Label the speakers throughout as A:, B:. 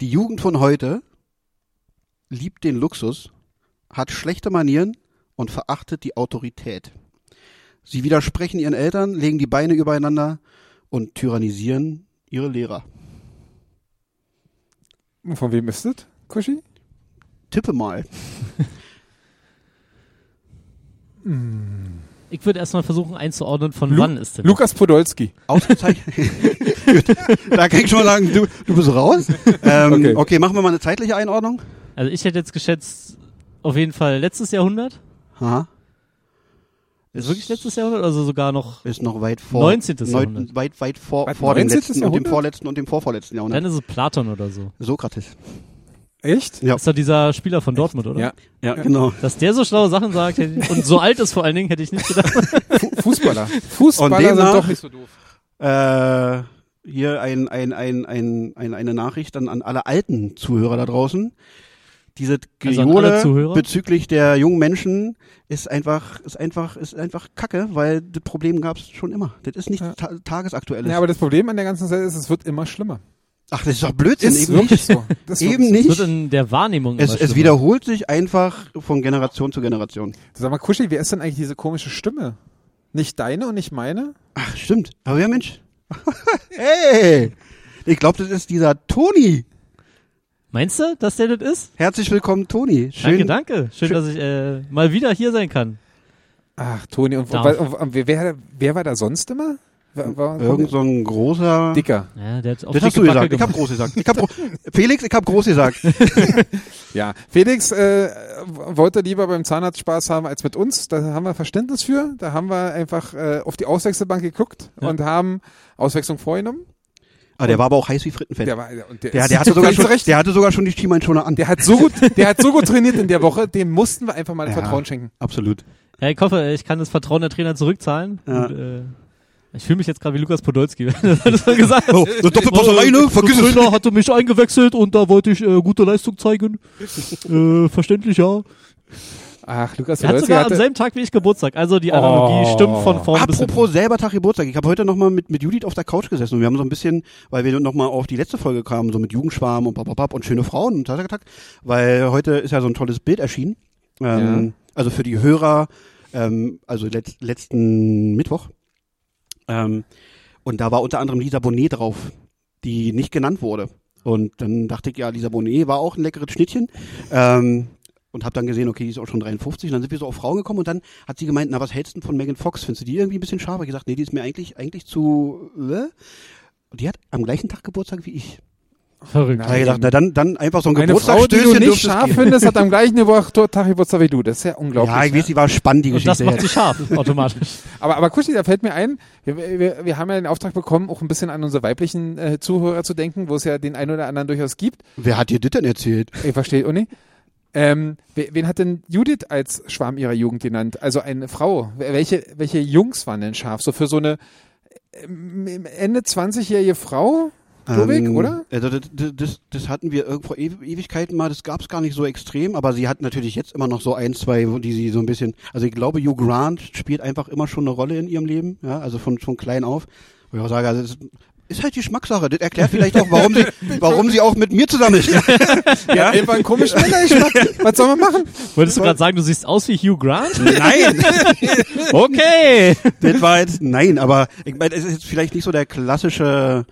A: Die Jugend von heute liebt den Luxus, hat schlechte Manieren und verachtet die Autorität. Sie widersprechen ihren Eltern, legen die Beine übereinander und tyrannisieren ihre Lehrer.
B: Von wem ist das, Kushi?
A: Tippe mal.
C: Ich würde erstmal versuchen einzuordnen, von
B: Lu-
C: wann ist denn.
B: Lukas Podolski.
A: Ausgezeichnet. Gut, da kann ich schon mal sagen, du, du bist raus. Ähm,
B: Okay.
A: okay. machen wir mal eine zeitliche Einordnung.
C: Also ich hätte jetzt geschätzt, auf jeden Fall letztes Jahrhundert.
A: Aha.
C: Ist wirklich letztes Jahrhundert? Also sogar noch.
A: Ist noch weit vor.
C: 19.
A: neun-
C: Jahrhundert.
A: Weit, weit vor,
B: Was,
A: vor dem
B: 19.
A: letzten und dem
B: Jahrhundert?
A: vorletzten und dem vorvorletzten Jahrhundert.
C: Dann ist es Platon oder so.
A: Sokrates.
B: Echt?
A: Ja.
C: Ist doch dieser Spieler von Dortmund, oder?
B: Ja.
A: Ja, genau.
C: Dass der so schlaue Sachen sagt hätte ich- und so alt ist vor allen Dingen, hätte ich nicht gedacht.
B: Fu- Fußballer. Fußballer
A: Und demnach-
B: sind doch nicht so doof.
A: Äh, hier ein, ein, ein, ein, ein, eine Nachricht an, an alle alten Zuhörer da draußen. Diese
C: Also an alle
A: Gejohle
C: Zuhörer?
A: bezüglich der jungen Menschen ist einfach, ist einfach, ist einfach Kacke, weil das Problem gab es schon immer. Das ist nichts
B: Ja.
A: ta tagesaktuelles.
B: Ja, aber das Problem an der ganzen Sache ist, es wird immer schlimmer.
A: Ach, das ist doch Blödsinn.
B: Ist
A: eben
B: wirklich
A: nicht.
B: so. Das ist
A: Eben
B: wirklich
C: Es wird
A: nicht.
C: in der Wahrnehmung
A: Es,
C: immer
A: es
C: schlimmer.
A: wiederholt sich einfach von Generation zu Generation.
B: So. Sag mal, Kuschel, wer ist denn eigentlich diese komische Stimme? Nicht deine und nicht meine?
A: Ach, stimmt. Aber ja, Mensch. hey! Ich glaube, das ist dieser Toni.
C: Meinst du, dass der das ist?
A: Herzlich willkommen, Toni.
C: Danke,
A: Schön,
C: danke. Schön, dass ich äh, mal wieder hier sein kann.
B: Ach, Toni, und, und,
C: Darf.
B: und, und wer, wer war da sonst immer? Wer, war,
A: Irgend so ein großer.
B: Dicker.
C: Ja, der hat auf
A: Das
C: dicke
A: hast du
C: Backe
A: gesagt. Ich
C: gemacht.
A: habe groß gesagt. Ich hab gro Felix, ich habe groß gesagt.
B: Ja. Felix äh, w- wollte lieber beim Zahnarzt Spaß haben als mit uns. Da haben wir Verständnis für. Da haben wir einfach äh, auf die Auswechselbank geguckt
C: Ja.
B: und haben Auswechslung vorgenommen.
A: Aber Ah, der war aber auch heiß wie Frittenfett. Der,
B: war, äh, und der,
A: der,
B: ist
A: hatte, sogar
B: völlig
A: schon,
B: zurecht.
A: der hatte sogar schon die Schienbeinschoner an.
B: Der hat so gut, der hat so gut trainiert in der Woche, dem mussten wir einfach mal
A: Ja.
B: Vertrauen schenken.
A: Absolut.
C: Ja, ich hoffe, ich kann das Vertrauen der Trainer zurückzahlen.
A: Ja.
C: Und, äh, ich fühle mich jetzt gerade wie Lukas Podolski. das hat gesagt.
A: Oh, das doch
C: Oh, der Trainer hatte mich eingewechselt und da wollte ich äh, gute Leistung zeigen. äh, verständlich, ja.
B: Ach, Lukas
C: Er hat
B: Podolski
C: sogar am
B: hatte,
C: selben Tag wie ich Geburtstag. Also die Analogie
B: Oh.
C: stimmt von vorn bis hinten.
A: Apropos selber Tag Geburtstag. Ich habe heute nochmal mit, mit Judith auf der Couch gesessen und wir haben so ein bisschen, weil wir nochmal auf die letzte Folge kamen, so mit Jugendschwarm und papapap und schöne Frauen und tak, tak, tak, weil heute ist ja so ein tolles Bild erschienen. Ähm, Also für die Hörer, ähm, also letz, letzten Mittwoch. Ähm, und da war unter anderem Lisa Bonet drauf, die nicht genannt wurde. Und dann dachte ich, ja, Lisa Bonet war auch ein leckeres Schnittchen. Ähm, und habe dann gesehen, okay, die ist auch schon 53. Und dann sind wir so auf Frauen gekommen und dann hat sie gemeint, na, was hältst du denn von Megan Fox? Findest du die irgendwie ein bisschen scharf? Hab Ich gesagt, nee, die ist mir eigentlich, eigentlich zu. Äh? Und die hat am gleichen Tag Geburtstag wie ich.
C: Verrückt.
A: Da hab ich gedacht, na dann, dann einfach so ein
B: eine Frau, die
A: Geburtstagsstößchen
B: du nicht
A: dürfte es
B: scharf
A: geben.
B: findest, hat am gleichen Woche- Tag Geburtstag wie du. Das ist ja unglaublich.
A: Ja, ich weiß, die war spannend, die
C: Und das
A: Geschichte.
C: macht sie scharf, automatisch.
B: Aber, aber Kuschi, da fällt mir ein, wir, wir, wir haben ja den Auftrag bekommen, auch ein bisschen an unsere weiblichen äh, Zuhörer zu denken, wo es ja den einen oder anderen durchaus gibt.
A: Wer hat dir das denn erzählt?
B: Ich verstehe, Uni. Ähm, we- wen hat denn Judith als Schwarm ihrer Jugend genannt? Also eine Frau. Wel- Welche, welche Jungs waren denn scharf? So für so eine ähm, Ende 20-jährige Frau? Ludwig, oder?
A: Also das, das- das, das hatten wir irgendwo vor Ew- Ewigkeiten mal, das gab es gar nicht so extrem, aber sie hat natürlich jetzt immer noch so ein, zwei, wo die sie so ein bisschen, also ich glaube, Hugh Grant spielt einfach immer schon eine Rolle in ihrem Leben, ja, also von, von klein auf. Wo ich auch sage, also das ist, ist halt die Schmackssache. Das erklärt vielleicht auch, warum sie, warum sie auch mit mir zusammen ist.
B: Ja, einfach ein komischer Männergeschmack. Was soll man machen?
C: Wolltest du gerade sagen, du siehst aus wie Hugh Grant?
A: Nein!
C: Okay.
A: Das war jetzt, nein, aber ich meine, es ist jetzt vielleicht nicht so der klassische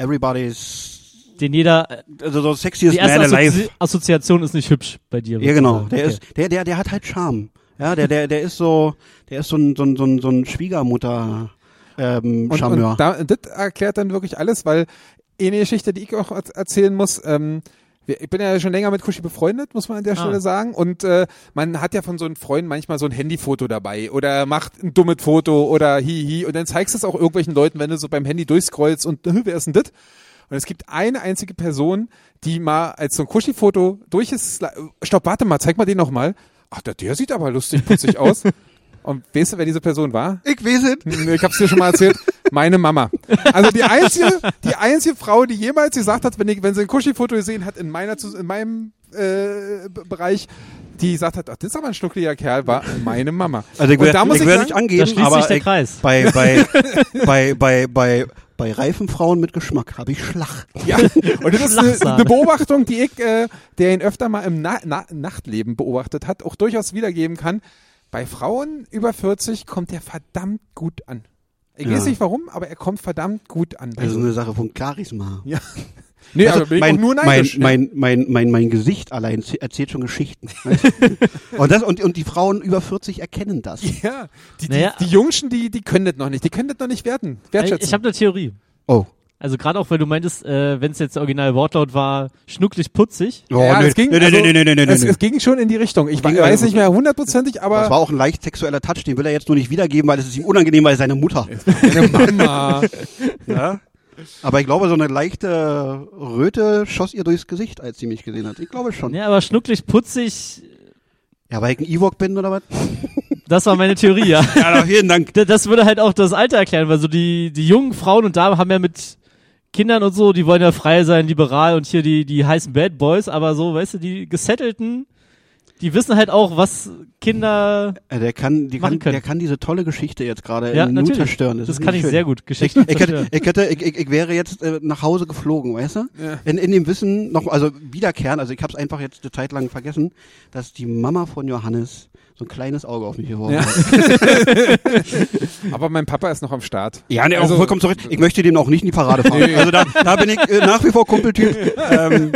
A: Everybody's,
C: Den jeder,
A: also so
C: die
A: sexiest man
C: erste
A: alive.
C: Assozi Assoziation ist nicht hübsch bei dir.
A: Ja, genau.
C: sozusagen.
A: Der
C: Okay.
A: ist, der, der, der hat halt Charme. Ja, der, der, der ist so, der ist so ein, so ein, so ein, so ein Schwiegermutter, ähm,
B: Und,
A: Charmeur.
B: und da, das erklärt dann wirklich alles, weil eine Geschichte, die ich auch erz- erzählen muss, ähm, wir- ich bin ja schon länger mit Kushi befreundet, muss man an der
C: Ah.
B: Stelle sagen. Und äh, man hat ja von so einem Freund manchmal so ein Handyfoto dabei oder macht ein dummes Foto oder hihi. Und dann zeigst du es auch irgendwelchen Leuten, wenn du so beim Handy durchscrollst und "Hä, wer ist denn das? Und es gibt eine einzige Person, die mal als so ein Kushi-Foto durch ist. Stopp, warte mal, zeig mal den nochmal. Ach, der, der sieht aber lustig putzig aus. Und weißt du, wer diese Person war?
A: ich weiß es.
B: Nee, Ich hab's dir schon mal erzählt. Meine Mama. Also die einzige, die einzige Frau, die jemals gesagt hat, wenn, ich, wenn sie ein Kuschelfoto gesehen hat in meiner Zus- in meinem äh, B- Bereich, die gesagt hat, ach, das ist aber ein schnuckliger Kerl, war meine Mama.
A: Also ich
B: Und
A: will,
B: da muss
A: ich
B: ich
A: will
B: sagen,
A: nicht
C: Da
A: angeben,
C: schließt
A: aber
C: sich der
A: ich,
C: Kreis.
A: bei, bei, bei, bei, bei Bei reifen Frauen mit Geschmack habe ich Schlag.
B: Ja, und das ist eine,
C: Schlagsahne.
B: eine Beobachtung, die ich, äh, der ihn öfter mal im Na Na Nachtleben beobachtet hat, auch durchaus wiedergeben kann. Bei Frauen über 40 kommt er verdammt gut an. Ich weiß
A: Ja.
B: nicht warum, aber er kommt verdammt gut an.
A: Also eine Sache von Charisma.
B: ja. Nee,
A: Also
B: aber bin ich
A: mein,
B: auch nur
A: mein,
B: neidisch. ja.
A: mein, mein, mein, mein Gesicht allein z- erzählt schon Geschichten. und, das, und, und die Frauen über 40 erkennen das.
B: Ja, die,
C: Naja.
B: die, die Jungschen, die, die können das noch nicht. Die können das noch nicht werden. Wertschätzen.
C: Ich habe eine Theorie.
A: Oh.
C: Also gerade auch, weil du meintest, äh, wenn es jetzt der original Wortlaut war, schnucklig putzig.
A: Oh,
B: Ja, es ging-
A: nee, nee,
B: also,
A: nee, nee, nee, nee,
B: es,
A: nee.
B: es ging schon in die Richtung. Ich
A: Ging
B: weiß
A: also-
B: nicht mehr hundertprozentig,
A: Das
B: aber
A: war auch ein leicht sexueller Touch, den will er jetzt nur nicht wiedergeben, weil es ist ihm unangenehm, weil seine Mutter.
B: meine Mama.
A: Aber ich glaube, so eine leichte äh, Röte schoss ihr durchs Gesicht, als sie mich gesehen hat. Ich glaube schon. Ja,
C: Ja, aber schnucklig putzig,
A: weil ich ein Ewok bin oder was?
C: das war meine Theorie, ja.
A: Ja, na, vielen Dank.
C: D- Das würde halt auch das Alter erklären, weil so die, die jungen Frauen und Damen haben ja mit Kindern und so, die wollen ja frei sein, liberal und hier die, die heißen Bad Boys, aber so, weißt du, die Gesettelten, die wissen halt auch, was Kinder,
A: Äh, Der kann, die
C: Machen
A: kann,
C: können.
A: der kann diese tolle Geschichte jetzt gerade
C: ja,
A: in Minuten
C: natürlich,
A: zerstören.
C: das,
A: ist
C: kann
A: nicht
C: ich
A: schön.
C: sehr gut, Geschichten
A: Ich hätte,
C: zerstören.
A: ich, hätte, ich, ich, ich wäre jetzt äh, nach Hause geflogen, weißt du?
B: Ja.
A: In, in dem Wissen noch, also wiederkehren, also ich habe es einfach jetzt eine Zeit lang vergessen, dass die Mama von Johannes so ein kleines Auge auf mich geworfen
B: Ja.
A: hat.
B: aber mein Papa ist noch am Start.
A: Ja, nee, auch
B: Also-
A: vollkommen zurecht. Ich möchte den auch nicht in die Parade fahren.
B: Nee.
A: Also da, da bin ich äh, nach wie vor Kumpeltyp. Ähm,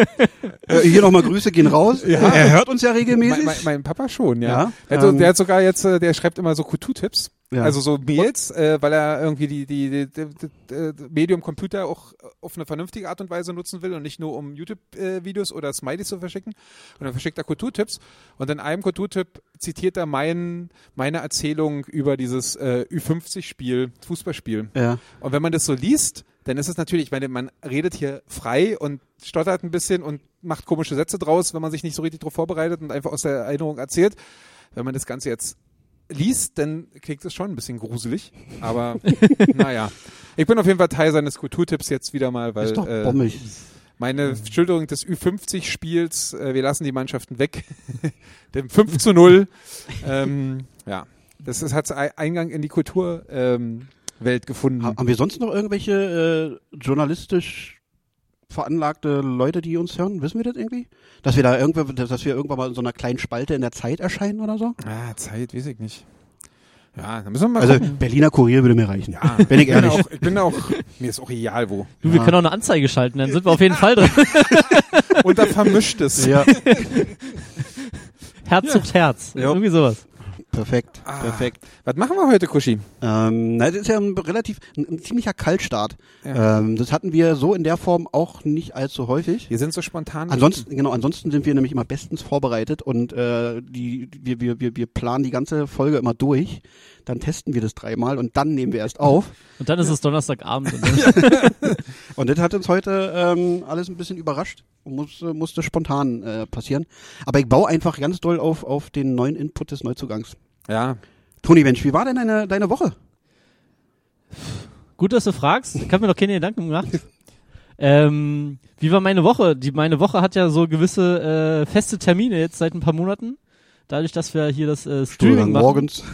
A: äh, hier nochmal Grüße gehen raus. Er hört uns ja regelmäßig.
B: Mein, mein, mein Papa schon, ja.
A: Ja,
B: Der, hat so-
A: ähm,
B: der hat sogar jetzt, äh, der schreibt immer so Kulturtipps.
A: Ja.
B: Also so Mails, äh, weil er irgendwie die, die, die, die, die, die Medium Computer auch auf eine vernünftige Art und Weise nutzen will und nicht nur um YouTube-Videos oder Smileys zu verschicken. Und dann verschickt er Kulturtipps und in einem Kulturtipp zitiert er mein, meine Erzählung über dieses äh, Ü50-Spiel, Fußballspiel.
A: ja.
B: Und wenn man das so liest, dann ist es natürlich, ich meine, man redet hier frei und stottert ein bisschen und macht komische Sätze draus, wenn man sich nicht so richtig drauf vorbereitet und einfach aus der Erinnerung erzählt. Wenn man das Ganze jetzt liest, dann klingt es schon ein bisschen gruselig. Aber naja. Ich bin auf jeden Fall Teil seines Kulturtipps jetzt wieder mal, weil
A: Ist doch
B: äh,
A: bombig.
B: meine Schilderung des Ü50-Spiels, äh, wir lassen die Mannschaften weg, dem 5 zu 0. ähm, ja, das ist, hat Eingang in die Kulturwelt ähm, Welt gefunden.
A: Ha- Haben wir sonst noch irgendwelche äh, journalistisch veranlagte Leute, die uns hören? Wissen wir das irgendwie? Dass wir da irgendwann, dass dass wir irgendwann mal in so einer kleinen Spalte in der Zeit erscheinen oder so?
B: Ah, Zeit, weiß ich nicht. Ja, dann müssen wir mal
A: Also
B: gucken.
A: Berliner Kurier würde mir reichen.
B: Ja,
A: bin ich
B: bin
A: ehrlich.
B: auch, ich bin auch, mir ist auch egal wo.
C: Du, wir
A: Ja.
C: können auch eine Anzeige schalten, dann sind wir auf jeden Fall drin.
B: Unter Vermischtes.
A: Ja,
C: Herz
B: Ja.
C: sucht Herz,
A: Ja.
C: irgendwie sowas.
A: perfekt,
B: Ah.
A: perfekt.
B: Was machen wir heute, Kushi?
A: Ähm, na, das ist ja ein relativ, ein, ein ziemlicher Kaltstart.
B: Ja.
A: Ähm, das hatten wir so in der Form auch nicht allzu häufig.
B: Wir sind so spontan.
A: Ansonsten, genau, ansonsten sind wir nämlich immer bestens vorbereitet und äh, die, wir, wir, wir, wir planen die ganze Folge immer durch. Dann testen wir das dreimal und dann nehmen wir erst auf.
C: Und dann ist es Donnerstagabend. Und
A: Und das hat uns heute ähm, alles ein bisschen überrascht und musste, musste spontan äh, passieren. Aber ich baue einfach ganz doll auf, auf den neuen Input des Neuzugangs.
B: Ja.
A: Toni Mensch, wie war denn deine, deine Woche?
C: Gut, dass du fragst. Ich habe mir noch keine Gedanken gemacht. ähm, wie war meine Woche? Die, meine Woche hat ja so gewisse äh, feste Termine jetzt seit ein paar Monaten. Dadurch, dass wir hier das äh, Streaming machen.
A: morgens.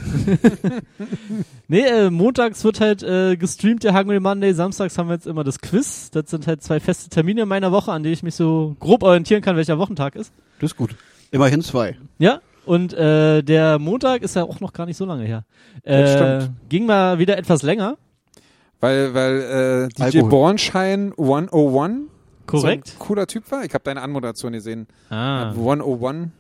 C: Nee, äh, montags wird halt äh, gestreamt der Hungry Monday. Samstags haben wir jetzt immer das Quiz. Das sind halt zwei feste Termine in meiner Woche, an denen ich mich so grob orientieren kann, welcher Wochentag ist.
A: Das ist gut. Immerhin zwei.
C: Ja, und äh, der Montag ist ja auch noch gar nicht so lange her. Äh,
B: Das
C: ging mal wieder etwas länger.
B: Weil, weil äh, DJ
A: Alkohol.
B: Bornschein 101
C: Korrekt.
B: so ein cooler Typ war. Ich habe deine Anmoderation gesehen.
C: ah.
B: 101.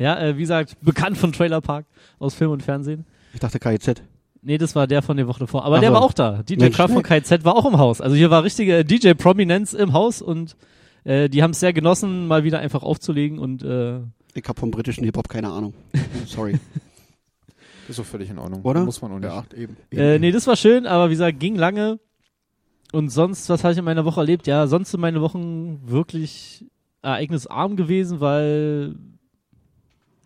C: Ja, äh, wie gesagt, bekannt von Trailer Park aus Film und Fernsehen.
A: Ich dachte KIZ.
C: Nee, das war der von der Woche davor. Aber
A: Ach
C: der
A: so.
C: war auch da. DJ
A: Mensch.
C: Kraft von KZ war auch im Haus. Also hier war richtige DJ-Prominenz im Haus und äh, die haben es sehr genossen, mal wieder einfach aufzulegen und äh,
A: Ich habe vom britischen Hip-Hop keine Ahnung. Sorry.
B: Ist doch völlig in Ordnung.
A: Oder?
B: Muss man auch nicht.
A: Ja, eben.
C: äh, nee, das war schön, aber wie gesagt, ging lange. Und sonst, was habe ich in meiner Woche erlebt? Ja, sonst sind meine Wochen wirklich ereignisarm gewesen, weil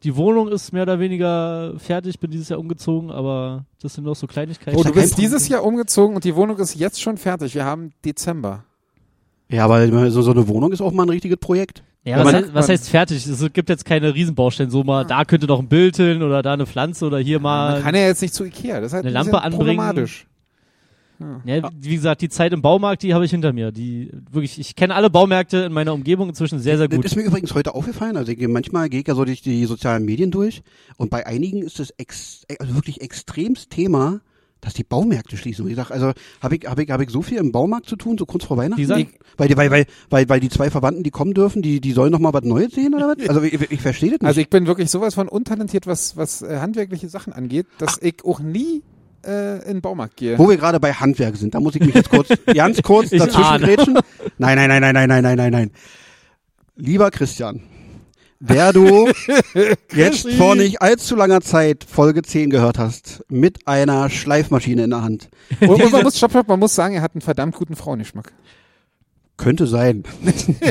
C: die Wohnung ist mehr oder weniger fertig. Bin dieses Jahr umgezogen, aber das sind noch so Kleinigkeiten.
B: Oh,
A: Ist ja
B: du
A: kein
B: bist
A: Problem.
B: dieses Jahr umgezogen und die Wohnung ist jetzt schon fertig. Wir haben Dezember.
A: Ja, aber so, so eine Wohnung ist auch mal ein richtiges Projekt.
C: Ja,
B: Wenn
C: was,
B: man-
C: heißt, was
B: man-
C: heißt fertig? Es gibt jetzt keine Riesenbaustellen, so mal, da könnte noch ein Bild hin oder da eine Pflanze oder hier
B: Man
C: mal.
B: kann ja jetzt nicht zu Ikea. Das ist halt
C: eine
B: ein bisschen
C: Lampe anbringen.
B: problematisch.
C: Ja, wie wie gesagt, die Zeit im Baumarkt, die habe ich hinter mir. Die wirklich, ich kenne alle Baumärkte in meiner Umgebung inzwischen sehr, sehr
A: Das
C: gut.
A: ist mir übrigens heute aufgefallen. Also ich, gehe- manchmal gehe ich ja so durch die sozialen Medien durch und bei einigen ist es ex, also wirklich extremes Thema, dass die Baumärkte schließen. Und ich sag, also habe ich, hab ich, hab ich so viel im Baumarkt zu tun, so kurz vor Weihnachten?
C: Die sagen-
A: weil, die- weil, weil, weil, weil die zwei Verwandten, die kommen dürfen, die, die sollen noch mal was Neues sehen oder was? Also ich, ich verstehe das nicht.
B: Also ich bin wirklich sowas von untalentiert, was, was äh, handwerkliche Sachen angeht, dass ich auch nie äh, in den Baumarkt gehe.
A: Wo wir gerade bei Handwerk sind, da muss ich mich jetzt kurz, ganz kurz
C: Ich
A: dazwischen
C: ahne.
A: grätschen. Nein, nein, nein, nein, nein, nein, nein, nein, nein. Lieber Christian, wer du jetzt vor nicht allzu langer Zeit Folge 10 gehört hast, mit einer Schleifmaschine in der Hand,
B: Und, und man muss, stopp, stopp, man muss sagen, er hat einen verdammt guten Frauengeschmack.
A: könnte sein.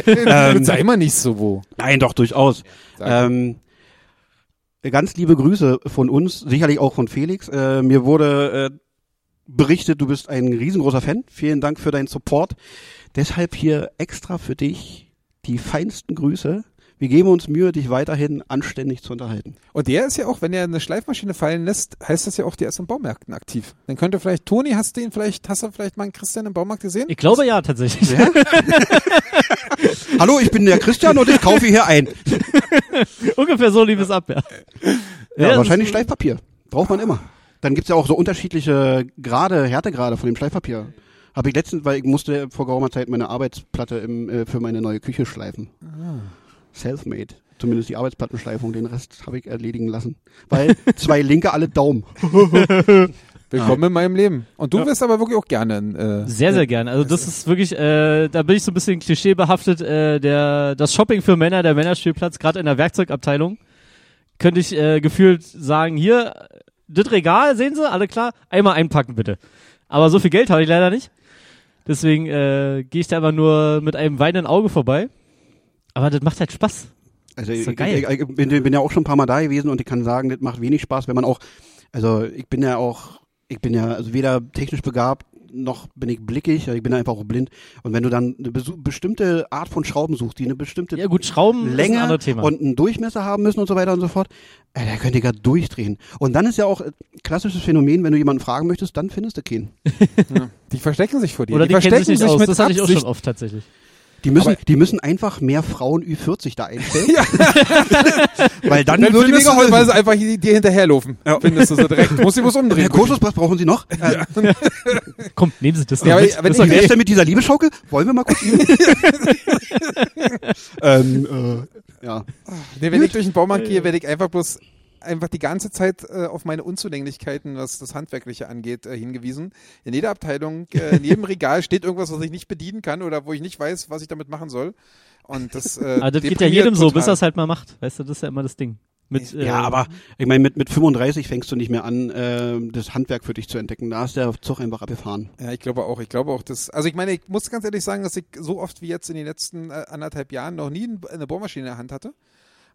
B: Ähm, Sei mal nicht so wo.
A: Nein, doch, durchaus.
B: Sag.
A: Ähm, ganz liebe Grüße von uns, sicherlich auch von Felix. Äh, mir wurde äh, berichtet, du bist ein riesengroßer Fan. Vielen Dank für deinen Support. Deshalb hier extra für dich die feinsten Grüße. Wir geben uns Mühe, dich weiterhin anständig zu unterhalten.
B: Und der ist ja auch, wenn er eine Schleifmaschine fallen lässt, heißt das ja auch, der ist in Baumärkten aktiv. Dann könnte vielleicht, Toni, hast du ihn vielleicht, hast du vielleicht mal einen Christian im Baumarkt gesehen?
C: Ich glaube ja, tatsächlich.
A: Hallo, ich bin der Christian und ich kaufe hier ein.
C: Ungefähr so liebes Abwehr.
A: Ja,
C: das
A: wahrscheinlich
C: ist-
A: Schleifpapier. Braucht man immer. Dann gibt's ja auch so unterschiedliche Grade, Härtegrade von dem Schleifpapier. Habe ich letztens, weil ich musste vor geraumer Zeit meine Arbeitsplatte im, äh, für meine neue Küche schleifen. Selfmade. Zumindest die Arbeitsplattenschleifung, den Rest habe ich erledigen lassen. Weil zwei Linke alle Daumen.
B: Willkommen in meinem Leben. Und du wirst aber wirklich auch gerne in, äh,
C: Sehr, sehr gerne. Also das ist wirklich, äh, da bin ich so ein bisschen klischeebehaftet. Äh, der, das Shopping für Männer, der Männerspielplatz, gerade in der Werkzeugabteilung, könnte ich äh, gefühlt sagen, hier, das Regal, sehen Sie, alle klar, einmal einpacken bitte. Aber so viel Geld habe ich leider nicht. Deswegen äh, gehe ich da immer nur mit einem weinenden Auge vorbei. Aber das macht halt Spaß.
A: Also
C: Ist
A: ich,
C: doch geil.
A: Ich, ich bin, bin ja auch schon ein paar Mal da gewesen und ich kann sagen, das macht wenig Spaß, wenn man auch, also ich bin ja auch, ich bin ja also weder technisch begabt, noch bin ich blickig, also ich bin einfach auch blind. Und wenn du dann eine besu- bestimmte Art von Schrauben suchst, die eine bestimmte
C: Ja gut, Schrauben ist ein
A: Länge
C: anderes Thema.
A: und einen Durchmesser haben müssen und so weiter und so fort, äh, da könnt ihr gar durchdrehen. Und dann ist ja auch äh, klassisches Phänomen, wenn du jemanden fragen möchtest, dann findest du keinen.
B: die verstecken sich vor dir.
C: Oder die, kennen
B: verstecken
C: sich nicht aus.
B: mit
C: Das hatte ich auch
B: Absicht.
C: schon oft tatsächlich.
A: Die müssen,
B: Aber-
A: die müssen einfach mehr Frauen Ü40 da einstellen.
B: Ja.
A: Weil dann,
B: Dann
A: würde mir
B: findest du
A: geholfen.
B: weil sie einfach dir hinterherlaufen. Findest du so direkt. Muss ich bloß umdrehen.
A: Herr Äh, Kursus, was brauchen Sie noch? Äh,
C: Komm, nehmen Sie das
B: Ja,
C: noch
B: aber
C: mit.
B: ich- aber
C: Das
B: ich-
C: ist doch
A: Wer
C: geil.
A: ist denn mit dieser Liebesschaukel? Wollen wir mal kurz üben? ähm, äh, ja.
B: Nee, wenn ich durch den Baumarkt gehe, werde ich einfach bloß einfach die ganze Zeit äh, auf meine Unzulänglichkeiten, was das Handwerkliche angeht, äh, hingewiesen. In jeder Abteilung, äh, in jedem Regal steht irgendwas, was ich nicht bedienen kann oder wo ich nicht weiß, was ich damit machen soll. Und das, äh,
C: Aber Also das geht ja
B: deprimiert
C: jedem so,
B: total.
C: bis er es halt mal macht. Weißt du, das ist ja immer das Ding. Mit, äh,
A: ja, aber ich meine, mit, mit 35 fängst du nicht mehr an, ähm, das Handwerk für dich zu entdecken. Da ist der Zug einfach abgefahren.
B: Ja, ich glaube auch. Ich glaube auch, dass. Also ich meine, ich muss ganz ehrlich sagen, dass ich so oft wie jetzt in den letzten äh, anderthalb Jahren noch nie ein- eine Bohrmaschine in der Hand hatte.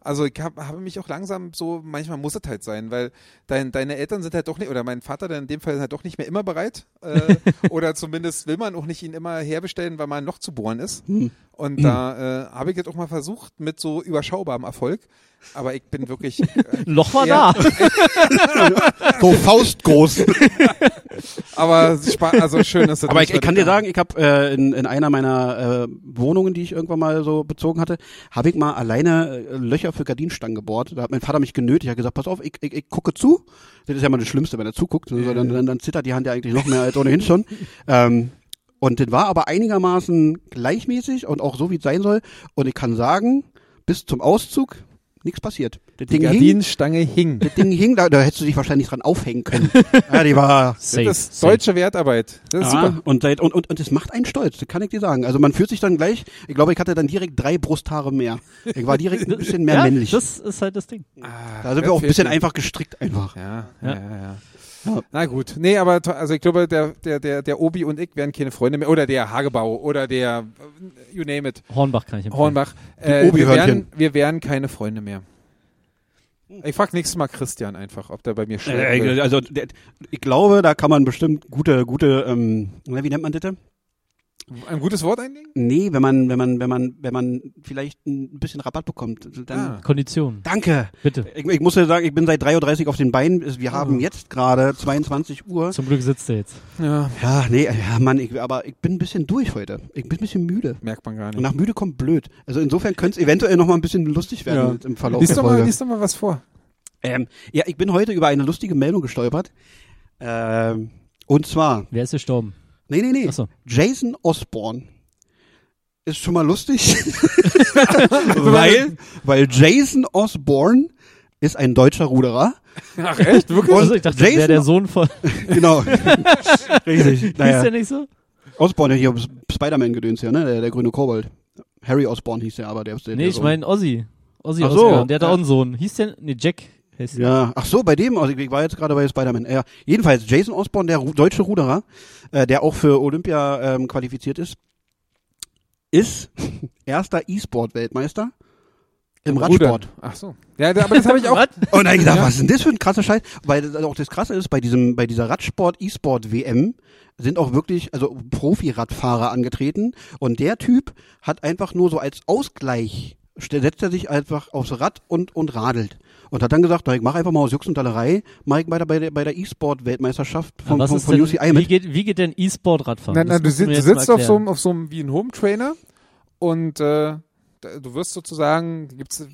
B: Also ich hab, habe mich auch langsam so, manchmal muss es halt sein, weil dein, deine Eltern sind halt doch nicht, oder mein Vater dann in dem Fall ist halt doch nicht mehr immer bereit. Äh, oder zumindest will man auch nicht ihn immer herbestellen, weil man noch zu bohren ist.
A: Hm.
B: Und da äh, habe ich jetzt auch mal versucht mit so überschaubarem Erfolg. Aber ich bin wirklich. Äh,
C: Loch war
B: Ja.
C: da.
A: So faustgroß.
B: aber spa also schön, dass das
A: Aber
B: nicht
A: ich, ich
B: weiter
A: kann dir
B: kam.
A: sagen, ich habe äh, in, in einer meiner äh, Wohnungen, die ich irgendwann mal so bezogen hatte, habe ich mal alleine äh, Löcher für Gardinenstangen gebohrt. Da hat mein Vater mich genötigt, hat gesagt, pass auf, ich, ich, ich gucke zu. Das ist ja mal das Schlimmste, wenn er zuguckt, so, dann, dann, dann zittert die Hand ja eigentlich noch mehr als ohnehin schon. Ähm, und das war aber einigermaßen gleichmäßig und auch so, wie es sein soll. Und ich kann sagen, bis zum Auszug nichts passiert. Das
B: die
A: Ding hing,
B: Gardinenstange hing.
A: das Ding hing, da, da hättest du dich wahrscheinlich dran aufhängen können. ja, die war
C: Safe,
B: das ist
C: safe.
B: deutsche Wertarbeit. Das ist
A: ja,
B: super.
A: Und, seit, und, und, und das macht einen stolz, das kann ich dir sagen. Also man fühlt sich dann gleich, ich glaube, ich hatte dann direkt drei Brusthaare mehr. Ich war direkt ein bisschen mehr
C: ja,
A: männlich.
C: Das ist halt das Ding.
A: da sind wir auch ein bisschen einfach gestrickt einfach.
B: Ja, ja,
C: Ja.
B: ja. ja. Na gut, nee, aber to- also ich glaube, der, der, der, der Obi und ich wären keine Freunde mehr. Oder der Hagebau oder der, äh, you name it,
C: Hornbach kann ich empfehlen.
B: Hornbach. Äh, wir, wären,
A: Obi-Hörnchen.
B: wir wären keine Freunde mehr. Ich frag nächstes Mal Christian einfach, ob der bei mir schlägt.
A: Äh, ne, also der, ich glaube, da kann man bestimmt gute, gute, ähm, na, wie nennt man das? denn?
B: Ein gutes Wort einlegen?
A: Nee, wenn man, wenn man, wenn man, wenn man vielleicht ein bisschen Rabatt bekommt, dann.
B: Ah.
C: Kondition,
A: Danke!
C: bitte.
A: Ich, ich muss ja sagen, ich bin seit 3.30 Uhr auf den Beinen. Wir haben jetzt gerade 22 Uhr.
C: Mhm. Zum Glück sitzt er jetzt.
B: Ja.
A: Ja, nee, ja, Mann, ich, aber ich bin ein bisschen durch heute. Ich bin ein bisschen müde.
B: Merkt man gar
A: Und
B: nicht.
A: nach müde kommt blöd. Also insofern könnte es eventuell noch mal ein bisschen lustig werden
B: Ja.
A: jetzt im Verlauf
B: Lies
A: der
B: doch, mal,
A: Folge.
B: lies doch mal was vor.
A: Ähm, ja, ich bin heute über eine lustige Meldung gestolpert. Ähm, und zwar,
C: Wer ist gestorben?
A: nee, nee, nee,
C: Achso.
A: Jason Osborne ist schon mal lustig,
B: Weil?
A: weil Jason Osborne ist ein deutscher Ruderer.
B: Ach echt? Wirklich?
C: Also ich dachte, das wäre
A: Jason-
C: der Sohn von.
A: Genau. Richtig.
C: Hieß
A: Naja.
C: der nicht so?
A: Osborne, hier Sp- Spider-Man-Gedöns hier, ne? Der, der grüne Kobold. Harry Osborne hieß der aber, der ist der.
C: Nee,
A: der
C: ich
A: so-
C: meine Ozzy. Ozzy
A: Ach so.
C: Osbourne, Der hat
A: Ja.
C: auch einen Sohn. Hieß der? Nee, Jack. Heißt
A: Ja, ach so, bei dem, also ich war jetzt gerade bei Spider-Man. Ja, jedenfalls, Jason Osborne, der Ru deutsche Ruderer, äh, der auch für Olympia ähm, qualifiziert ist, ist erster E-Sport-Weltmeister im Radsport.
B: Rudern. Ach so. Ja, da- aber das habe ich auch.
C: Was?
A: Und dann hab ich gedacht,
B: Ja.
A: was ist denn das für ein krasser Scheiß? Weil das, also auch das Krasse ist, bei diesem, bei dieser Radsport-E-Sport-WM sind auch wirklich, also Profi-Radfahrer angetreten und der Typ hat einfach nur so als Ausgleich st- setzt er sich einfach aufs Rad und, und radelt. Und hat dann gesagt, na, ich mache einfach mal aus Jux und Dallerei, mach ich bei der, bei der, bei der E-Sport-Weltmeisterschaft von,
C: was
A: von,
C: ist
A: von
C: denn,
A: UCI
C: wie,
A: mit.
C: geht, wie geht denn E-Sport Radfahren?
B: Nein, nein,
C: Das
B: du,
C: musst
B: sit,
C: mir
B: du
C: jetzt mal
B: sitzt auf so,
C: erklären.
B: einem- auf so einem wie ein Home Trainer und äh, da- du wirst sozusagen, gibt's,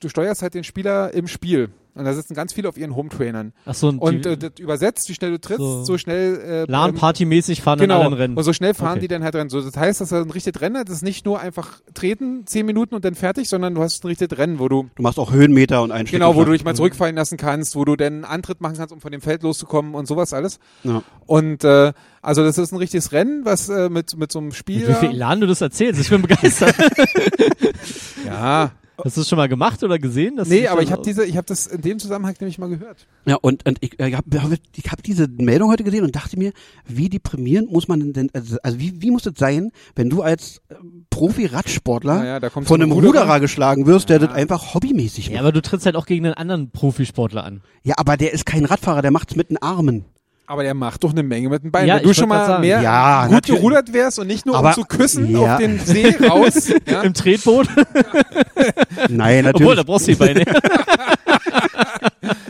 B: du steuerst halt den Spieler im Spiel. Und da sitzen ganz viele auf ihren Home Trainern.
C: Ach so, ein
B: Und
C: die-
B: äh, das übersetzt, wie schnell du trittst,
C: So.
B: so, schnell. Äh, ähm,
C: LAN-Party-mäßig fahren in
B: Genau.
C: allen Rennen.
B: Und so schnell fahren
C: Okay.
B: die dann halt rennen. So, das heißt, dass er ein richtiges Rennen hat. Das ist nicht nur einfach treten, zehn Minuten und dann fertig, sondern du hast ein richtiges Rennen, wo du
A: Du machst auch Höhenmeter und Einstieg.
B: genau,
A: und
B: wo
A: so.
B: du dich
C: Mhm.
B: mal zurückfallen lassen kannst, wo du dann einen Antritt machen kannst, um von dem Feld loszukommen und sowas alles.
A: Ja.
B: Und äh, also das ist ein richtiges Rennen, was äh, mit mit so einem Spiel.
C: Wie viel Elan du das erzählst, ich bin begeistert.
B: Ja.
C: Hast du das schon mal gemacht oder gesehen? Das
B: Nee,
C: sieht
B: aber
C: schon
B: ich habe
C: aus.
B: diese, ich habe das in dem Zusammenhang nämlich mal gehört.
A: Ja, und, und ich, äh, ich habe ich hab diese Meldung heute gesehen und dachte mir, wie deprimierend muss man denn, also, also wie, wie muss das sein, wenn du als äh, Profi-Radsportler
B: Naja, da kommt
A: von
B: so
A: einem
B: ein
A: Ruderer,
B: Ruderer.
A: geschlagen wirst, der
B: Ja.
A: das einfach hobbymäßig
C: Ja,
A: macht.
C: aber du trittst halt auch gegen einen anderen Profisportler an.
A: Ja, aber der ist kein Radfahrer, der macht's mit den Armen.
B: Aber der macht doch eine Menge mit dem Bein.
C: Ja,
B: Wenn du
C: ich
B: schon
C: wollt grad
B: mal
C: sagen.
B: mehr
A: Ja,
B: gut
A: natürlich.
B: gerudert wärst und nicht nur
A: Aber-
B: um zu küssen
A: Ja.
B: auf den See raus. ja.
C: Im Tretboot?
A: Nein,
C: Obwohl, da
A: natürlich.
C: brauchst du die Beine.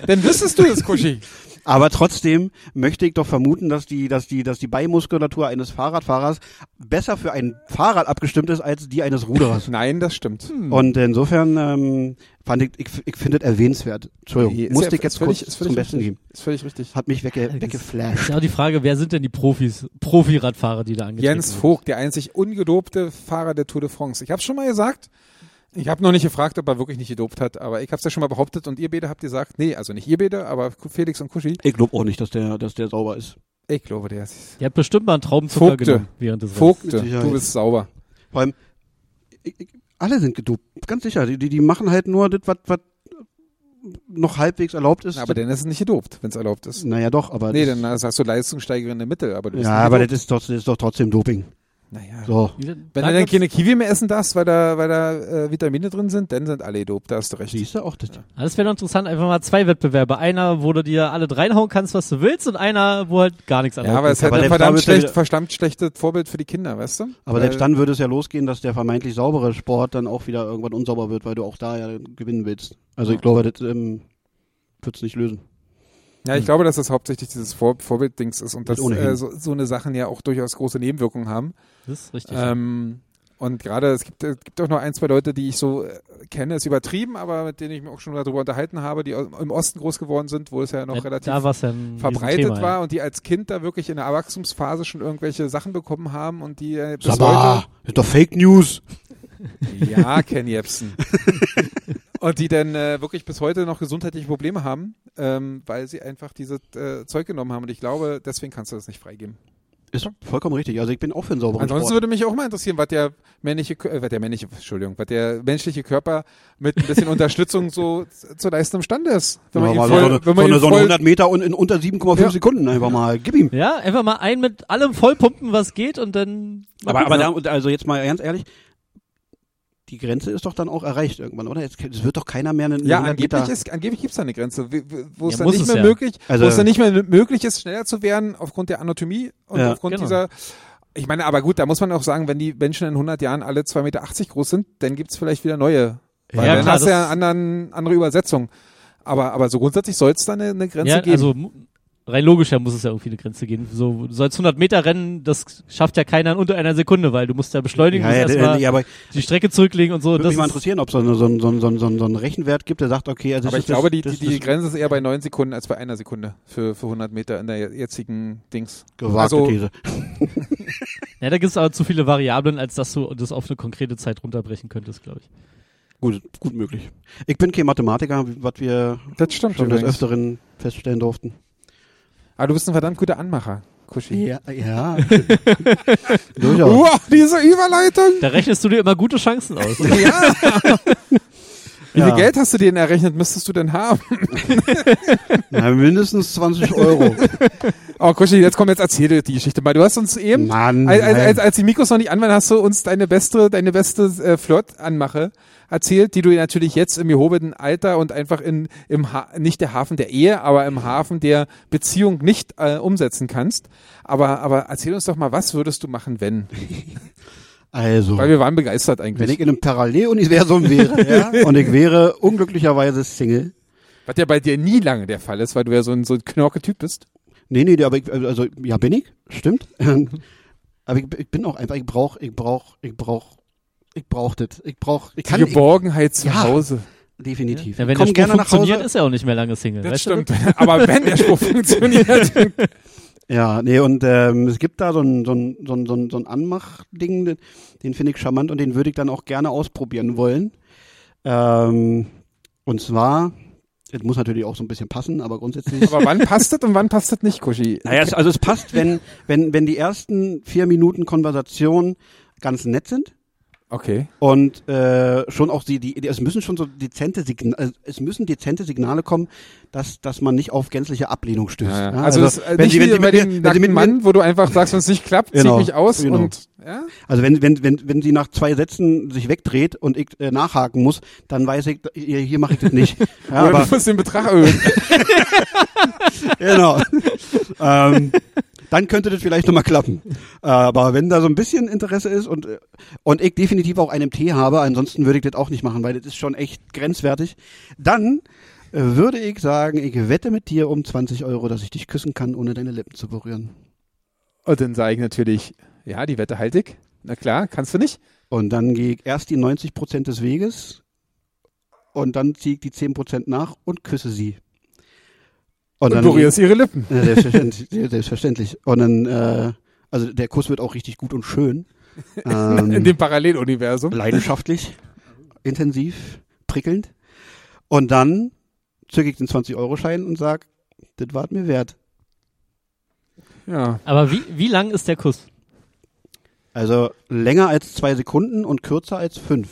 B: Dann wüsstest du das, Kuschi.
A: Aber trotzdem möchte ich doch vermuten, dass die, dass die, dass die Beimuskulatur eines Fahrradfahrers besser für ein Fahrrad abgestimmt ist als die eines Ruderers.
B: Nein, das stimmt.
A: Und insofern ähm, fand ich, ich, ich finde es erwähnenswert. Entschuldigung,
B: Nee, ist
A: musste
B: ja-
A: ich jetzt
B: ist völlig-
A: kurz
B: ist völlig
A: zum Besten
B: richtig.
A: geben.
B: Ist völlig richtig.
A: Hat mich wegge
C: Ist
A: weggeflasht.
C: ja auch die Frage, wer sind denn die Profis, Profi-Radfahrer, die da angetreten
B: Jens
C: sind?
B: Vogt, der einzig ungedobte Fahrer der Tour de France. Ich habe schon mal gesagt. Ich habe noch nicht gefragt, ob er wirklich nicht gedopt hat, aber ich habe es ja schon mal behauptet und ihr beide habt gesagt, nee, also nicht ihr beide, aber Felix und Kuschi.
A: Ich glaube auch nicht, dass der, dass der sauber ist.
B: Ich glaube, der ist
C: Der hat bestimmt mal einen Traubenzucker
B: Vogte.
C: genommen während des Rennens.
B: Vogte.
A: Mit Sicherheit.
B: Du bist sauber.
A: Vor allem, ich, ich, alle sind gedopt, ganz sicher. Die, die, die machen halt nur das, was was noch halbwegs erlaubt ist.
B: Na, aber dann ist es nicht gedopt, wenn es erlaubt ist.
A: naja, doch, aber.
B: Nee,
A: das,
B: dann hast du leistungssteigerende Mittel, aber du bist
A: ja,
B: nicht
A: aber
B: gedopt.
A: das ist, trotzdem, das ist doch trotzdem Doping.
B: naja.
A: So.
B: Wenn du dann keine Kiwi mehr essen darfst, weil da, weil da äh, Vitamine drin sind, dann sind alle gedopt, da hast du recht.
A: Siehst du auch das?
C: Ah, Das wäre doch interessant, einfach mal zwei Wettbewerbe. Einer, wo du dir alle reinhauen kannst, was du willst, und einer, wo halt gar nichts
B: Ja,
C: erlaubt
B: aber es ist
A: Aber
B: halt ein
A: selbst da
B: verdammt,
A: wird's ja
B: schlecht,
A: wieder-
B: verdammt schlechtes Vorbild für die Kinder, weißt du?
A: Aber
B: Weil-
A: selbst dann würde es ja losgehen, dass der vermeintlich saubere Sport dann auch wieder irgendwann unsauber wird, weil du auch da ja gewinnen willst. Also ich glaube, das ähm, wird es nicht lösen.
B: Ja, ich glaube, dass das hauptsächlich dieses Vor Vorbilddings ist und dass
A: Das ohnehin.
B: äh, so, so eine Sachen ja auch durchaus große Nebenwirkungen haben.
C: Das ist richtig.
B: Ähm, und gerade, es gibt, es gibt auch noch ein, zwei Leute, die ich so äh, kenne, ist übertrieben, aber mit denen ich mich auch schon darüber unterhalten habe, die au- im Osten groß geworden sind, wo es ja noch
C: Ja,
B: relativ
C: da war's ja ein
B: verbreitet
C: Riesenthema,
B: war und die als Kind da wirklich in der Erwachsensphase schon irgendwelche Sachen bekommen haben und die äh, bis heute
A: Sabah, ist doch Fake News.
B: Ja, Ken Jebsen. Und die dann äh, wirklich bis heute noch gesundheitliche Probleme haben, ähm, weil sie einfach dieses äh, Zeug genommen haben. Und ich glaube, deswegen kannst du das nicht freigeben.
A: Ist vollkommen richtig. Also ich bin auch für einen sauberen
B: Ansonsten
A: Sport.
B: würde mich auch mal interessieren, was der männliche, Kö- äh, was der männliche, Entschuldigung, was der menschliche Körper mit ein bisschen Unterstützung so z- zu leisten imstande ist. Wenn man
A: Ja, mal
B: ihn voll,
A: so eine,
B: wenn
A: so
B: man
A: eine,
B: ihn
A: so eine
B: voll
A: 100 Meter und in unter 7,5
B: Ja.
A: Sekunden einfach mal. Gib ihm.
C: Ja. ja, einfach mal ein mit allem vollpumpen, was geht, und dann. mal
A: Aber,
C: gucken.
A: aber da, und also jetzt mal ganz ehrlich, die Grenze ist doch dann auch erreicht irgendwann, oder? Jetzt es wird doch keiner mehr einen
B: ja,
A: 100
B: angeblich,
A: Meter-
B: ist, angeblich gibt's da eine Grenze, wie- wie- wo es
C: Ja,
B: dann
C: muss
B: nicht
C: es
B: mehr
C: ja.
B: möglich,
A: Also-
B: wo es dann nicht mehr möglich ist, schneller zu werden aufgrund der Anatomie und
A: Ja,
B: aufgrund
C: genau.
B: dieser Ich meine, aber gut, da muss man auch sagen, wenn die Menschen in 100 Jahren alle 2,80 Meter groß sind, dann gibt's vielleicht wieder neue. Weil
C: Ja,
B: dann
C: klar,
B: hast du ja
C: das-
B: eine anderen, andere Übersetzung. Aber, aber so grundsätzlich soll's da eine, eine Grenze
C: Ja,
B: geben.
C: also mu- rein logisch her muss es ja irgendwie eine Grenze geben. So, du sollst 100 Meter rennen, das schafft ja keiner in unter einer Sekunde, weil du musst ja beschleunigen,
A: Ja,
C: musst
A: ja,
C: erstmal
A: d- ja, aber
C: die Strecke zurücklegen und so.
A: würde
C: Das
A: mich mal
C: ist,
A: interessieren, ob es so, eine- so, ein- so, ein- so, ein- so, ein- so einen Rechenwert gibt, der sagt, okay, also
B: aber
A: das
B: ich
A: ist-
B: glaube, die,
A: das,
B: die,
A: das
B: die Grenze ist eher bei neun Sekunden als bei einer Sekunde für, für 100 Meter in der jetzigen Dings.
A: gewagte
B: also-
A: These.
C: ja, da gibt es aber zu viele Variablen, als dass du das auf eine konkrete Zeit runterbrechen könntest, glaube ich.
A: Gut, gut möglich. Ich bin kein Mathematiker, wie- was wir
B: Das stimmt
A: schon des
B: übrigens.
A: Öfteren feststellen durften.
B: Aber du bist ein verdammt guter Anmacher, Kushi.
A: Ja, ja. Durchaus.
B: Wow, diese Überleitung!
C: Da rechnest du dir immer gute Chancen aus.
B: Ja. Wie
A: Ja.
B: viel Geld hast du denen errechnet, müsstest du denn haben?
A: Na, mindestens 20 Euro.
B: Oh, Kushi, jetzt komm, jetzt erzähl dir die Geschichte mal. Du hast uns eben,
A: Mann.
B: als, als,
A: nein.
B: als, als die Mikros noch nicht an waren, hast du uns deine beste, deine beste äh, Flirt-Anmache erzählt, die du natürlich jetzt im gehobenen Alter und einfach in, im ha nicht der Hafen der Ehe, aber im Hafen der Beziehung nicht äh, umsetzen kannst. Aber, aber erzähl uns doch mal, was würdest du machen, wenn?
A: also.
B: Weil wir waren begeistert
A: Wenn
B: eigentlich.
A: ich in einem Paralleluniversum wäre ja, und ich wäre unglücklicherweise Single.
B: Was ja bei dir nie lange der Fall ist, weil du ja so ein, so ein Knorke-Typ bist.
A: Nee, nee, aber ich, also ja, bin ich, stimmt. aber ich, ich bin auch einfach, ich brauch, ich brauch, ich brauch, ich brauch das. Ich brauch, ich kann
B: die Geborgenheit zu
A: Ja.
B: Hause.
A: definitiv.
C: Ja,
A: ich
C: wenn der
A: komm
C: Spruch
A: gerne nach
C: funktioniert,
A: Hause.
C: ist er auch nicht mehr lange Single.
B: Das
C: weißt du?
B: stimmt. Aber wenn der Spruch funktioniert.
A: Ja, nee, und ähm, es gibt da so ein, so ein, so ein, so ein, so ein Anmachding, den, den finde ich charmant und den würde ich dann auch gerne ausprobieren wollen. Ähm, und zwar, es muss natürlich auch so ein bisschen passen, aber grundsätzlich.
B: Aber wann passt das und wann passt das nicht, Kushi?
A: Naja, es, also es passt, wenn, wenn, wenn die ersten vier Minuten Konversation ganz nett sind
B: Okay.
A: und äh, schon auch die, die, die, es müssen schon so dezente Signale, also es müssen dezente Signale kommen, dass, dass man nicht auf gänzliche Ablehnung stößt.
B: Ja,
A: Ja,
B: also, es,
A: wenn
B: nicht
A: sie,
B: wie
A: wenn sie
B: bei
A: mit mir,
B: dem
A: wenn sie
B: nackten
A: mit mir,
B: Mann, wo du einfach sagst, wenn es nicht klappt,
A: Genau,
B: zieh mich aus
A: genau.
B: und ja?
A: also wenn, wenn, wenn, wenn sie nach zwei Sätzen sich wegdreht und ich äh, nachhaken muss, dann weiß ich, hier, hier mache ich das nicht. Ja,
B: oder
A: aber,
B: du musst den Betrag erhöhen.
A: genau. ähm, dann könnte das vielleicht nochmal klappen. Äh, Aber wenn da so ein bisschen Interesse ist und, äh, und ich definitiv auch einen Tee habe, ansonsten würde ich das auch nicht machen, weil das ist schon echt grenzwertig, dann äh, würde ich sagen, ich wette mit dir um 20 Euro, dass ich dich küssen kann, ohne deine Lippen zu berühren.
B: Und dann sage ich natürlich, ja, die Wette halte ich. Na klar, kannst du nicht.
A: Und dann gehe ich erst die 90 Prozent des Weges und dann ziehe ich die 10 Prozent nach und küsse sie.
B: Und,
A: dann
B: berührst ihre Lippen.
A: Ja, selbstverständlich, sehr selbstverständlich. Und dann, äh, also der Kuss wird auch richtig gut und schön.
B: In
A: Ähm,
B: dem Paralleluniversum.
A: leidenschaftlich, intensiv, prickelnd. Und dann zücke ich den 20-Euro-Schein und sag, das war mir wert.
B: Ja.
C: Aber wie, wie lang ist der Kuss?
A: Also länger als zwei Sekunden und kürzer als fünf.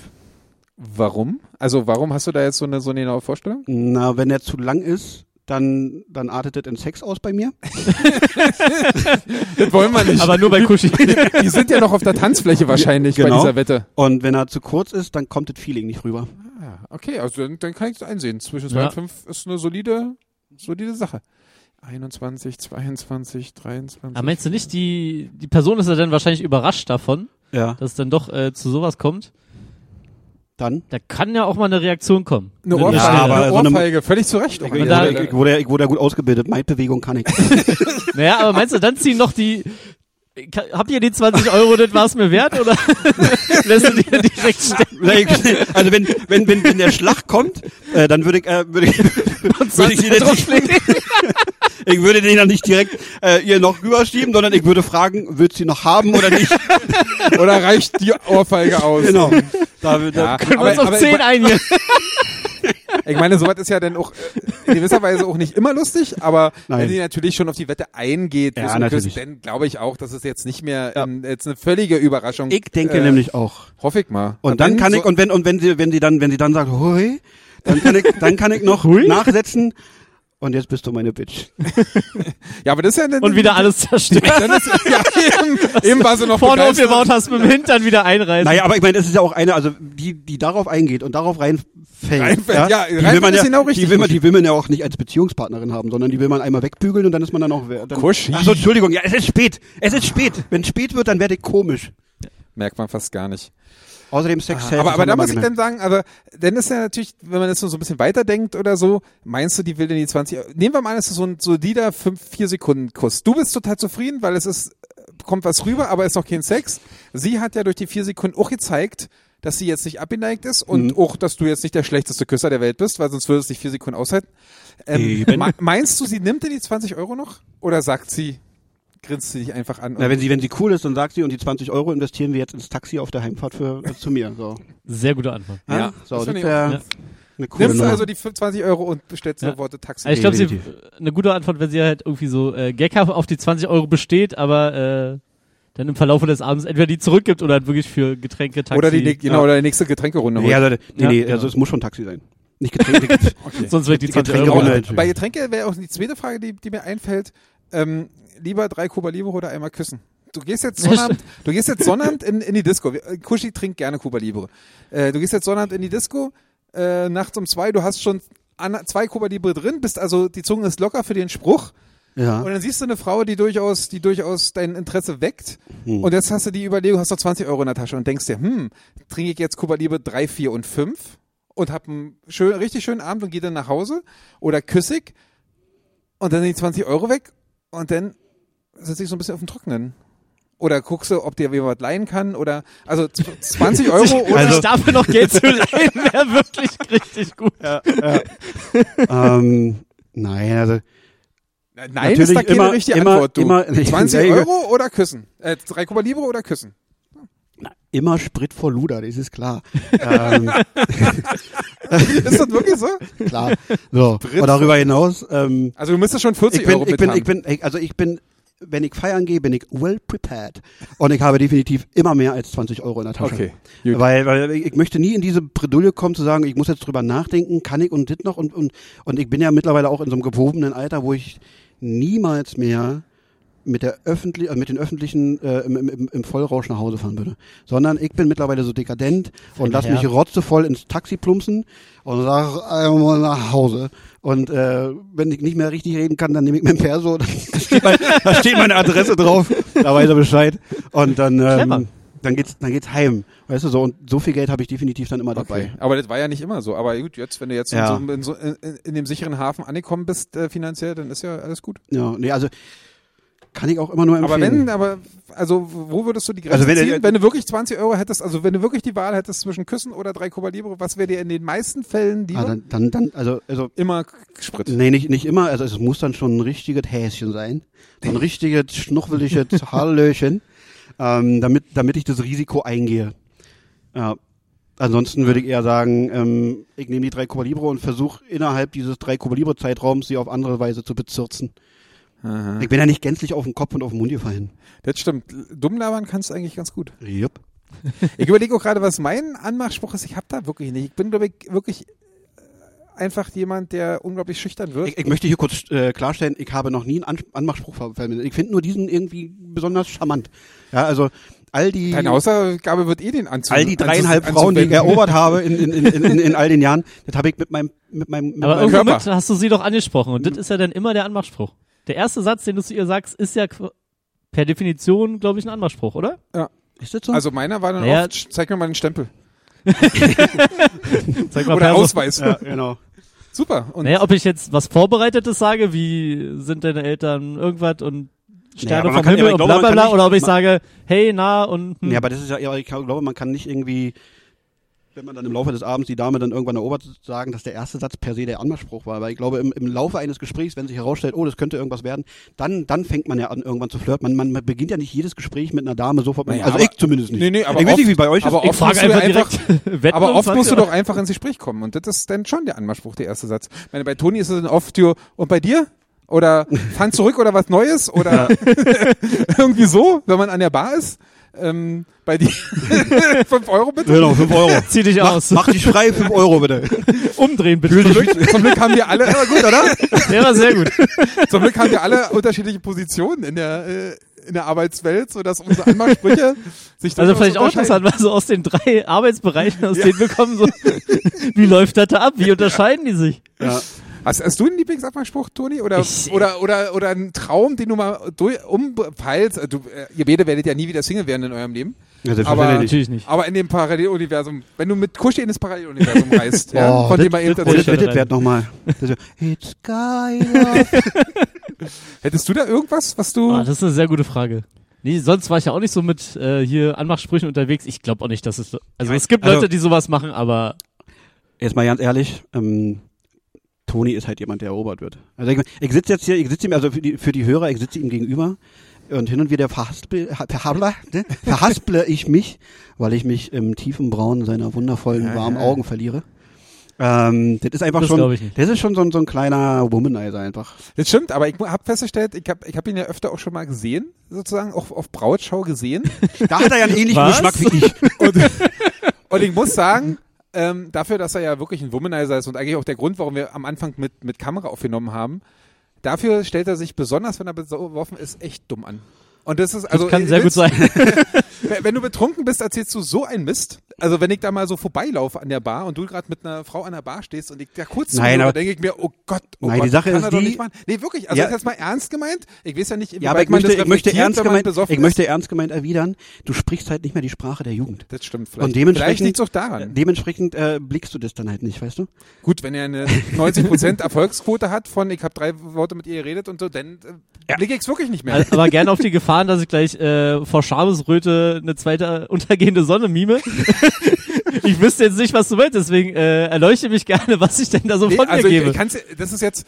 B: Warum? Also warum hast du da jetzt so eine, so eine genaue Vorstellung?
A: Na, wenn er zu lang ist, dann, dann artet das in Sex aus bei mir.
B: Das wollen wir nicht.
C: Aber nur bei Kushi.
B: die sind ja noch auf der Tanzfläche wahrscheinlich bei
A: Genau.
B: dieser Wette.
A: Und wenn er zu kurz ist, dann kommt das Feeling nicht rüber.
B: Ah, okay, also dann, dann kann ich es einsehen. Zwischen 2
C: Ja.
B: und 5 ist eine solide, solide Sache. 21, 22, 23.
C: Aber meinst du nicht, die, die Person ist ja dann wahrscheinlich überrascht davon,
A: Ja.
C: dass es dann doch äh, zu sowas kommt?
A: Dann.
C: Da kann ja auch mal eine Reaktion kommen.
B: eine
C: Wenn du-
B: Ohrfeige,
A: Ja, aber
B: eine
A: so eine-
B: Ohrfeige, völlig zu Recht. auch
A: Ich,
B: an
A: ich,
B: der
C: da-
A: wurde,
B: Stelle.
A: ich, wurde, ich wurde gut ausgebildet. Meine Bewegung kann ich.
C: Naja, aber meinst du, dann ziehen noch die. Ka- Habt ihr die 20 Euro, das war es mir wert? Oder lässt du die direkt stehen?
A: Na, ich- Also wenn, wenn, wenn, wenn der Schlag kommt, äh, dann würde ich, äh, würde ich, würde ich, sie jetzt nicht, ich würde den dann nicht direkt äh, ihr noch rüberschieben, sondern ich würde fragen, wird sie noch haben oder nicht?
B: Oder reicht die Ohrfeige aus?
A: Genau. Da, da,
B: Ja,
C: Können wir uns auf 10 einigen?
B: ich, ich meine, sowas ist ja dann auch äh, in gewisser Weise auch nicht immer lustig, aber wenn
A: Nein.
B: die natürlich schon auf die Wette eingeht,
A: Ja,
B: muss man küssen,
A: natürlich.
B: dann glaube ich auch, dass es jetzt nicht mehr ähm, jetzt eine völlige Überraschung
A: Ich denke
B: äh,
A: nämlich auch.
B: Hoffe ich mal.
A: Und dann kann ich
B: so-
A: und wenn und wenn sie wenn sie dann wenn sie dann sagt, hui, dann kann ich dann kann ich noch nachsetzen. Und jetzt bist du meine Bitch.
B: Ja, aber das ist ja eine,
C: Und wieder alles zerstört.
B: Dann ist, ja, eben, eben war sie noch
C: Vorne
B: begeistert.
C: aufgebaut hast, mit dem Hintern wieder einreißen.
B: Also
A: Naja, aber ich meine, es ist ja auch eine, also die, die darauf eingeht und darauf reinfällt.
B: Reinfällt, ja,
A: die will
B: reinfällt
A: man
B: ist
A: ja,
B: genau richtig.
A: die will man, die will man ja auch nicht als Beziehungspartnerin haben, sondern die will man einmal wegbügeln und dann ist man dann auch wer- dann,
B: Kuschi.
A: Ach so, Entschuldigung, ja, es ist spät. Es ist spät. Wenn es spät wird, dann werde ich komisch.
B: Merkt man fast gar nicht.
A: Außerdem Sex sells,
B: Ah, aber
A: das
B: aber
A: haben
B: da
A: wir
B: muss ich
A: mal
B: dann sagen, also, dann ist ja natürlich, wenn man das nur so ein bisschen weiterdenkt oder so, meinst du, die will denn die 20, nehmen wir mal an, es ist so ein solider 5-4 Sekunden Kuss. Du bist total zufrieden, weil es ist, kommt was rüber, aber es ist noch kein Sex. Sie hat ja durch die 4 Sekunden auch gezeigt, dass sie jetzt nicht abgeneigt ist und
A: Mhm.
B: auch, dass du jetzt nicht der schlechteste Küsser der Welt bist, weil sonst würdest du dich 4 Sekunden aushalten. Ähm,
A: Eben.
B: me- meinst du, sie nimmt denn die 20 Euro noch? Oder sagt sie, grinst sie dich einfach an?
A: Na, wenn sie, wenn sie cool ist, dann sagt sie, und die 20 Euro investieren wir jetzt ins Taxi auf der Heimfahrt für, äh, zu mir. So.
C: Sehr guter Anfang.
B: Ja,
A: so, das
B: das find
A: ist
B: ich
A: ja
C: auch. Ja.
A: eine coole
B: Nimmst du
A: Nummer.
B: also die 20 Euro und bestellst
C: Ja.
B: eine Worte Taxi.
C: Also ich glaube, sie
A: Definitiv.
C: eine gute Antwort, wenn sie halt irgendwie so äh, Gaghaft auf die 20 Euro besteht, aber äh, dann im Verlauf des Abends entweder die zurückgibt oder halt wirklich für Getränke, Taxi.
B: Oder die, ne- genau,
A: Ja.
B: oder die nächste Getränkerunde
A: nee,
B: holen.
A: also, nee,
C: Ja,
A: nee,
C: genau.
A: also es muss schon Taxi sein. Nicht Getränke.
C: Sonst wird die
A: Die
C: 20
A: Getränke
C: Euro.
A: auch
B: Genau.
C: halt
A: natürlich.
B: Bei Getränke wäre auch die zweite Frage, die, die mir einfällt. Ähm, lieber drei Cuba Libre oder einmal küssen. Du gehst jetzt Sonnabend, du gehst jetzt Sonnabend in, in die Disco. Wir- äh, Kushi trinkt gerne Cuba Libre. Äh, du gehst jetzt Sonnabend in die Disco, äh, nachts um zwei, du hast schon an, zwei Cuba Libre drin, bist also, die Zunge ist locker für den Spruch.
A: ja.
B: Und dann siehst du eine Frau, die durchaus, die durchaus dein Interesse weckt.
A: Hm.
B: Und jetzt hast du die Überlegung, hast noch 20 Euro in der Tasche und denkst dir, hm, trinke ich jetzt Kuba Liebe 3, 4 und 5 und hab einen schön, richtig schönen Abend und gehe dann nach Hause oder küsse ich und dann sind die 20 Euro weg und dann sitze ich so ein bisschen auf dem Trockenen. Oder guckst du, ob dir wer was leihen kann oder, also z- 20 Euro oder,
C: Also, sich dafür noch Geld zu leihen, wäre wirklich richtig gut.
A: ähm, nein, also
B: nein,
A: natürlich
B: ist da keine
A: immer-
B: richtige
A: immer-
B: Antwort, du.
A: immer-
B: 20
A: Ja, egal.
B: Euro oder küssen. Äh, 3 Kuba Libre oder küssen.
A: immer Sprit vor Luder, das ist klar. ähm,
B: Ist das wirklich so?
A: klar. So. Und darüber hinaus, ähm,
B: Also du müsstest schon 40
A: ich bin,
B: Euro
A: ich
B: mit
A: bin,
B: haben.
A: ich bin, ich, also ich bin, wenn ich feiern gehe, bin ich well prepared. Und ich habe definitiv immer mehr als 20 Euro in der Tasche.
B: Okay, gut.
A: Weil, weil ich möchte nie in diese Bredouille kommen zu sagen, ich muss jetzt drüber nachdenken, kann ich und dit noch und, und, und ich bin ja mittlerweile auch in so einem gehobenen Alter, wo ich niemals mehr mit der öffentlich, äh, mit den öffentlichen äh, im, im- im, im Vollrausch nach Hause fahren würde, sondern ich bin mittlerweile so dekadent und lass mich
C: Herz.
A: rotzevoll ins Taxi plumpsen und sag einmal nach Hause und äh, wenn ich nicht mehr richtig reden kann, dann nehme ich mein Perso, da steht, mein, da steht meine Adresse drauf, da weiß er Bescheid und dann
C: Clever.
A: ähm, dann geht's dann geht's heim, weißt du so und so viel Geld habe ich definitiv dann immer
B: Okay.
A: dabei.
B: Aber das war ja nicht immer so. Aber gut, jetzt, wenn du jetzt
A: Ja.
B: in, so, in, so, in, in dem sicheren Hafen angekommen bist äh, finanziell, dann ist ja alles gut.
A: Ja, nee, also kann ich auch immer nur empfehlen.
B: Aber wenn, aber also wo würdest du die Grenze
A: Also wenn du-
B: ziehen? wenn du wirklich 20 Euro hättest, also wenn du wirklich die Wahl hättest zwischen Küssen oder drei Cuba Libre, was wäre dir in den meisten Fällen die?
A: ah, dann, dann dann also also
B: immer K- Sprit.
A: Nee, nicht, nicht immer. Also es muss dann schon ein richtiges Häschen sein. So ein richtiges, schnuchweliges Haarlöchen, ähm, damit, damit ich das Risiko eingehe. Ja. Ansonsten würde ich eher sagen, ähm, ich nehme die drei Cuba Libre und versuche innerhalb dieses drei Cuba Libre Zeitraums sie auf andere Weise zu bezirzen.
B: Aha.
A: Ich bin ja nicht gänzlich auf den Kopf und auf den Mund gefallen.
B: Das stimmt. Dumm labern kannst du eigentlich ganz gut.
A: Jupp.
B: Ich überlege auch gerade, was mein Anmachspruch ist. Ich habe da wirklich nicht. Ich bin, glaube ich, wirklich äh, einfach jemand, der unglaublich schüchtern wird.
A: Ich, ich möchte hier kurz äh, klarstellen, ich habe noch nie einen An Anmachspruch verwendet. Ich finde nur diesen irgendwie besonders charmant. Ja, also all die...
B: Deine Ausgabe wird eh den Anzug.
A: all die dreieinhalb
B: anzu-
A: Frauen, die ich
B: anzuwenden.
A: erobert habe in, in, in, in, in, in all den Jahren, das habe ich mit meinem mit meinem mit
C: Aber
A: meinem
C: irgendwo
B: Körper.
C: mit hast du sie doch angesprochen und das ist ja dann immer der Anmachspruch. Der erste Satz, den du zu ihr sagst, ist ja qu- per Definition, glaube ich, ein Anmachspruch, oder?
A: ist das so?
B: Also meiner war dann
C: Naja.
B: oft, "Sch- zeig mir mal den Stempel.
C: Zeig
B: Oder
C: Perso.
B: Ausweis.
A: ja, genau.
B: Super. Und
C: Naja, ob ich jetzt was Vorbereitetes sage, wie sind deine Eltern irgendwas
A: Naja,
C: und
A: aber man
C: Sterne vom
A: kann- aber
C: Himmel
A: ich
C: und
A: glaube,
C: bla
A: man
C: bla
A: kann
C: bla,
A: nicht-
C: oder ob ich
A: man-
C: sage, hey, na und hm.
A: Ja, aber das ist ja, ja, ich glaube, man kann nicht irgendwie, wenn man dann im Laufe des Abends die Dame dann irgendwann erobert, sagen, dass der erste Satz per se der Anmachspruch war. Weil ich glaube, im, im Laufe eines Gesprächs, wenn sich herausstellt, oh, das könnte irgendwas werden, dann, dann fängt man ja an, irgendwann zu flirten. Man, man, man beginnt ja nicht jedes Gespräch mit einer Dame sofort. Mit,
B: Naja,
A: also
B: aber-
A: ich zumindest nicht.
B: Nee, nee, aber
A: ich weiß
B: oft-
A: nicht, wie bei euch
B: aber
A: ist.
C: ich
B: oft
C: frage
B: musst du
C: einfach
B: ja
C: direkt. Wetten
B: aber
C: um
B: oft musst du
C: 20 Euro?
B: doch einfach ins Gespräch kommen. Und das ist dann schon der Anmachspruch, der erste Satz. Ich meine, bei Toni ist es dann oft, "Jo, und bei dir? Oder fahren zurück oder was Neues? Oder irgendwie so, wenn man an der Bar ist. Ähm, bei dir 5 Euro bitte.
A: Genau, 5 Euro.
C: Zieh dich
A: Mach,
C: aus.
A: mach dich frei, 5 Euro bitte.
C: Umdrehen bitte.
A: Fühl
B: Zum
A: dich
B: Glück, zum Glück haben wir alle, aber gut, oder?
C: Der war sehr gut.
B: Zum Glück haben wir alle unterschiedliche Positionen in der, äh, in der Arbeitswelt, sodass unsere Anmachsprüche sich
C: Also
B: durchaus
C: vielleicht auch
B: unterscheiden.
C: interessant, was so aus den drei Arbeitsbereichen, aus denen wir kommen, so, wie läuft das da ab? Wie unterscheiden die sich?
A: Ja.
B: Hast, hast du einen Lieblingsanmachspruch, Toni? Oder,
C: Ich- äh,
B: oder, oder, oder einen Traum, den du mal durch, umpfeilst? Äh, Du, äh, ihr beide werdet ja nie wieder Single werden in eurem Leben.
A: Ja,
B: Aber,
A: selbstverständlich.
C: Natürlich nicht.
B: aber in dem Paralleluniversum, wenn du mit Kusche in das Paralleluniversum reist,
A: Oh,
B: ja, von
A: das-
B: dem man eben
C: das-
A: Oh, das
B: tatsächlich,
A: wird das wert nochmal. Das wär- It's geil.
B: hättest du da irgendwas, was
C: Ah,
B: du,
C: das ist eine sehr gute Frage. Nee, sonst war ich ja auch nicht so mit äh, hier Anmachsprüchen unterwegs. Ich glaube auch nicht, dass es. Also es gibt
A: also-
C: Leute, die sowas machen, aber
A: Jetzt mal ganz ehrlich, ähm, Toni ist halt jemand, der erobert wird. Also ich, ich sitze jetzt hier, ich sitze ihm, also für die, für die Hörer, ich sitze ihm gegenüber und hin und wieder verhaspel, verhaspel, ne? verhasple ich mich, weil ich mich im tiefen Braun seiner wundervollen,
B: Ja,
A: warmen
B: ja.
A: Augen verliere. Ähm, das ist einfach
C: Das glaub
A: schon,
C: ich nicht.
A: das ist schon so ein, so ein kleiner Womanizer einfach.
B: das stimmt, aber ich habe festgestellt, ich habe ich hab ihn ja öfter auch schon mal gesehen, sozusagen, auch auf Brautschau gesehen.
A: Da hat er ja einen ähnlichen
C: Was?
A: Geschmack wie ich.
B: Und ich muss sagen, ähm, dafür, dass er ja wirklich ein Womanizer ist und eigentlich auch der Grund, warum wir am Anfang mit, mit Kamera aufgenommen haben, dafür stellt er sich besonders, wenn er besoffen ist, echt dumm an. Und das ist also
C: das kann sehr
B: willst-
C: gut sein.
B: Wenn wenn du betrunken bist, erzählst du so einen Mist. Also wenn ich da mal so vorbeilaufe an der Bar und du gerade mit einer Frau an der Bar stehst und ich da kurz zu
A: Nein,
B: mir,
A: aber-
B: denke ich mir, oh Gott, oh
A: Nein,
B: Gott,
A: die Sache
B: kann
A: ist
B: er doch
A: die-
B: nicht machen. Nee, wirklich, also
A: Ja.
B: das ist jetzt mal ernst gemeint. Ich weiß ja nicht,
A: Ja, aber ich
B: inwieweit man
A: möchte,
B: das
A: ich möchte
B: reflektiert,
A: ernst
B: wenn man
A: gemeint,
B: besoffen
A: ich
B: ist.
A: möchte ernst gemeint erwidern, du sprichst halt nicht mehr die Sprache der Jugend.
B: Das stimmt vielleicht.
A: Und dementsprechend-
B: vielleicht liegt auch daran.
A: Dementsprechend äh, blickst du das dann halt nicht, weißt du?
B: Gut, wenn er eine 90% Erfolgsquote hat von ich habe drei Worte mit ihr geredet und so, dann äh,
A: Ja.
B: blicke ich es wirklich nicht mehr.
C: Also, aber gerne auf die Gefahren, dass ich gleich äh, vor Schamesröte eine zweite untergehende Sonne mime. ich wüsste jetzt nicht, was du willst, deswegen äh, erleuchte mich gerne, was ich denn da so
B: Nee,
C: von mir
B: also ich,
C: gebe.
B: ich kann's, das ist jetzt,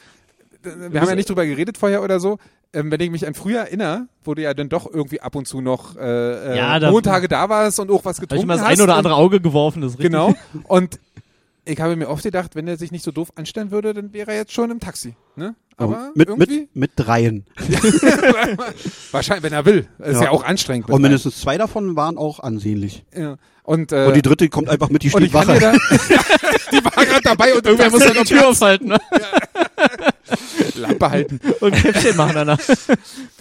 B: wir haben ja nicht drüber geredet vorher oder so. Ähm, wenn ich mich an früher erinnere, wo du ja dann doch irgendwie ab und zu noch äh,
C: Ja,
B: äh,
C: da-
B: Montage da warst und auch was
C: Habe ich
B: getrunken
C: mal das
B: hast.
C: ein oder
B: und-
C: andere Auge geworfen, das ist richtig.
B: Genau. Und ich habe mir oft gedacht, wenn er sich nicht so doof anstellen würde, dann wäre er jetzt schon im Taxi. Ne?
C: Oh,
B: Aber
A: mit,
B: irgendwie,
A: mit, mit dreien.
B: wahrscheinlich, wenn er will. Ist ja,
A: Ja.
B: auch anstrengend.
A: Und mindestens zwei davon waren auch ansehnlich.
B: ja. und, äh,
A: Und die dritte kommt einfach mit, die
B: und ich
A: steht
B: kann
A: Wache.
B: dir da, die war gerade dabei und irgendwer
C: Wer
B: muss
C: muss
B: dann
C: die
B: noch
C: Tür aufhalten ne?
B: Lampe halten.
C: und Käppchen machen danach.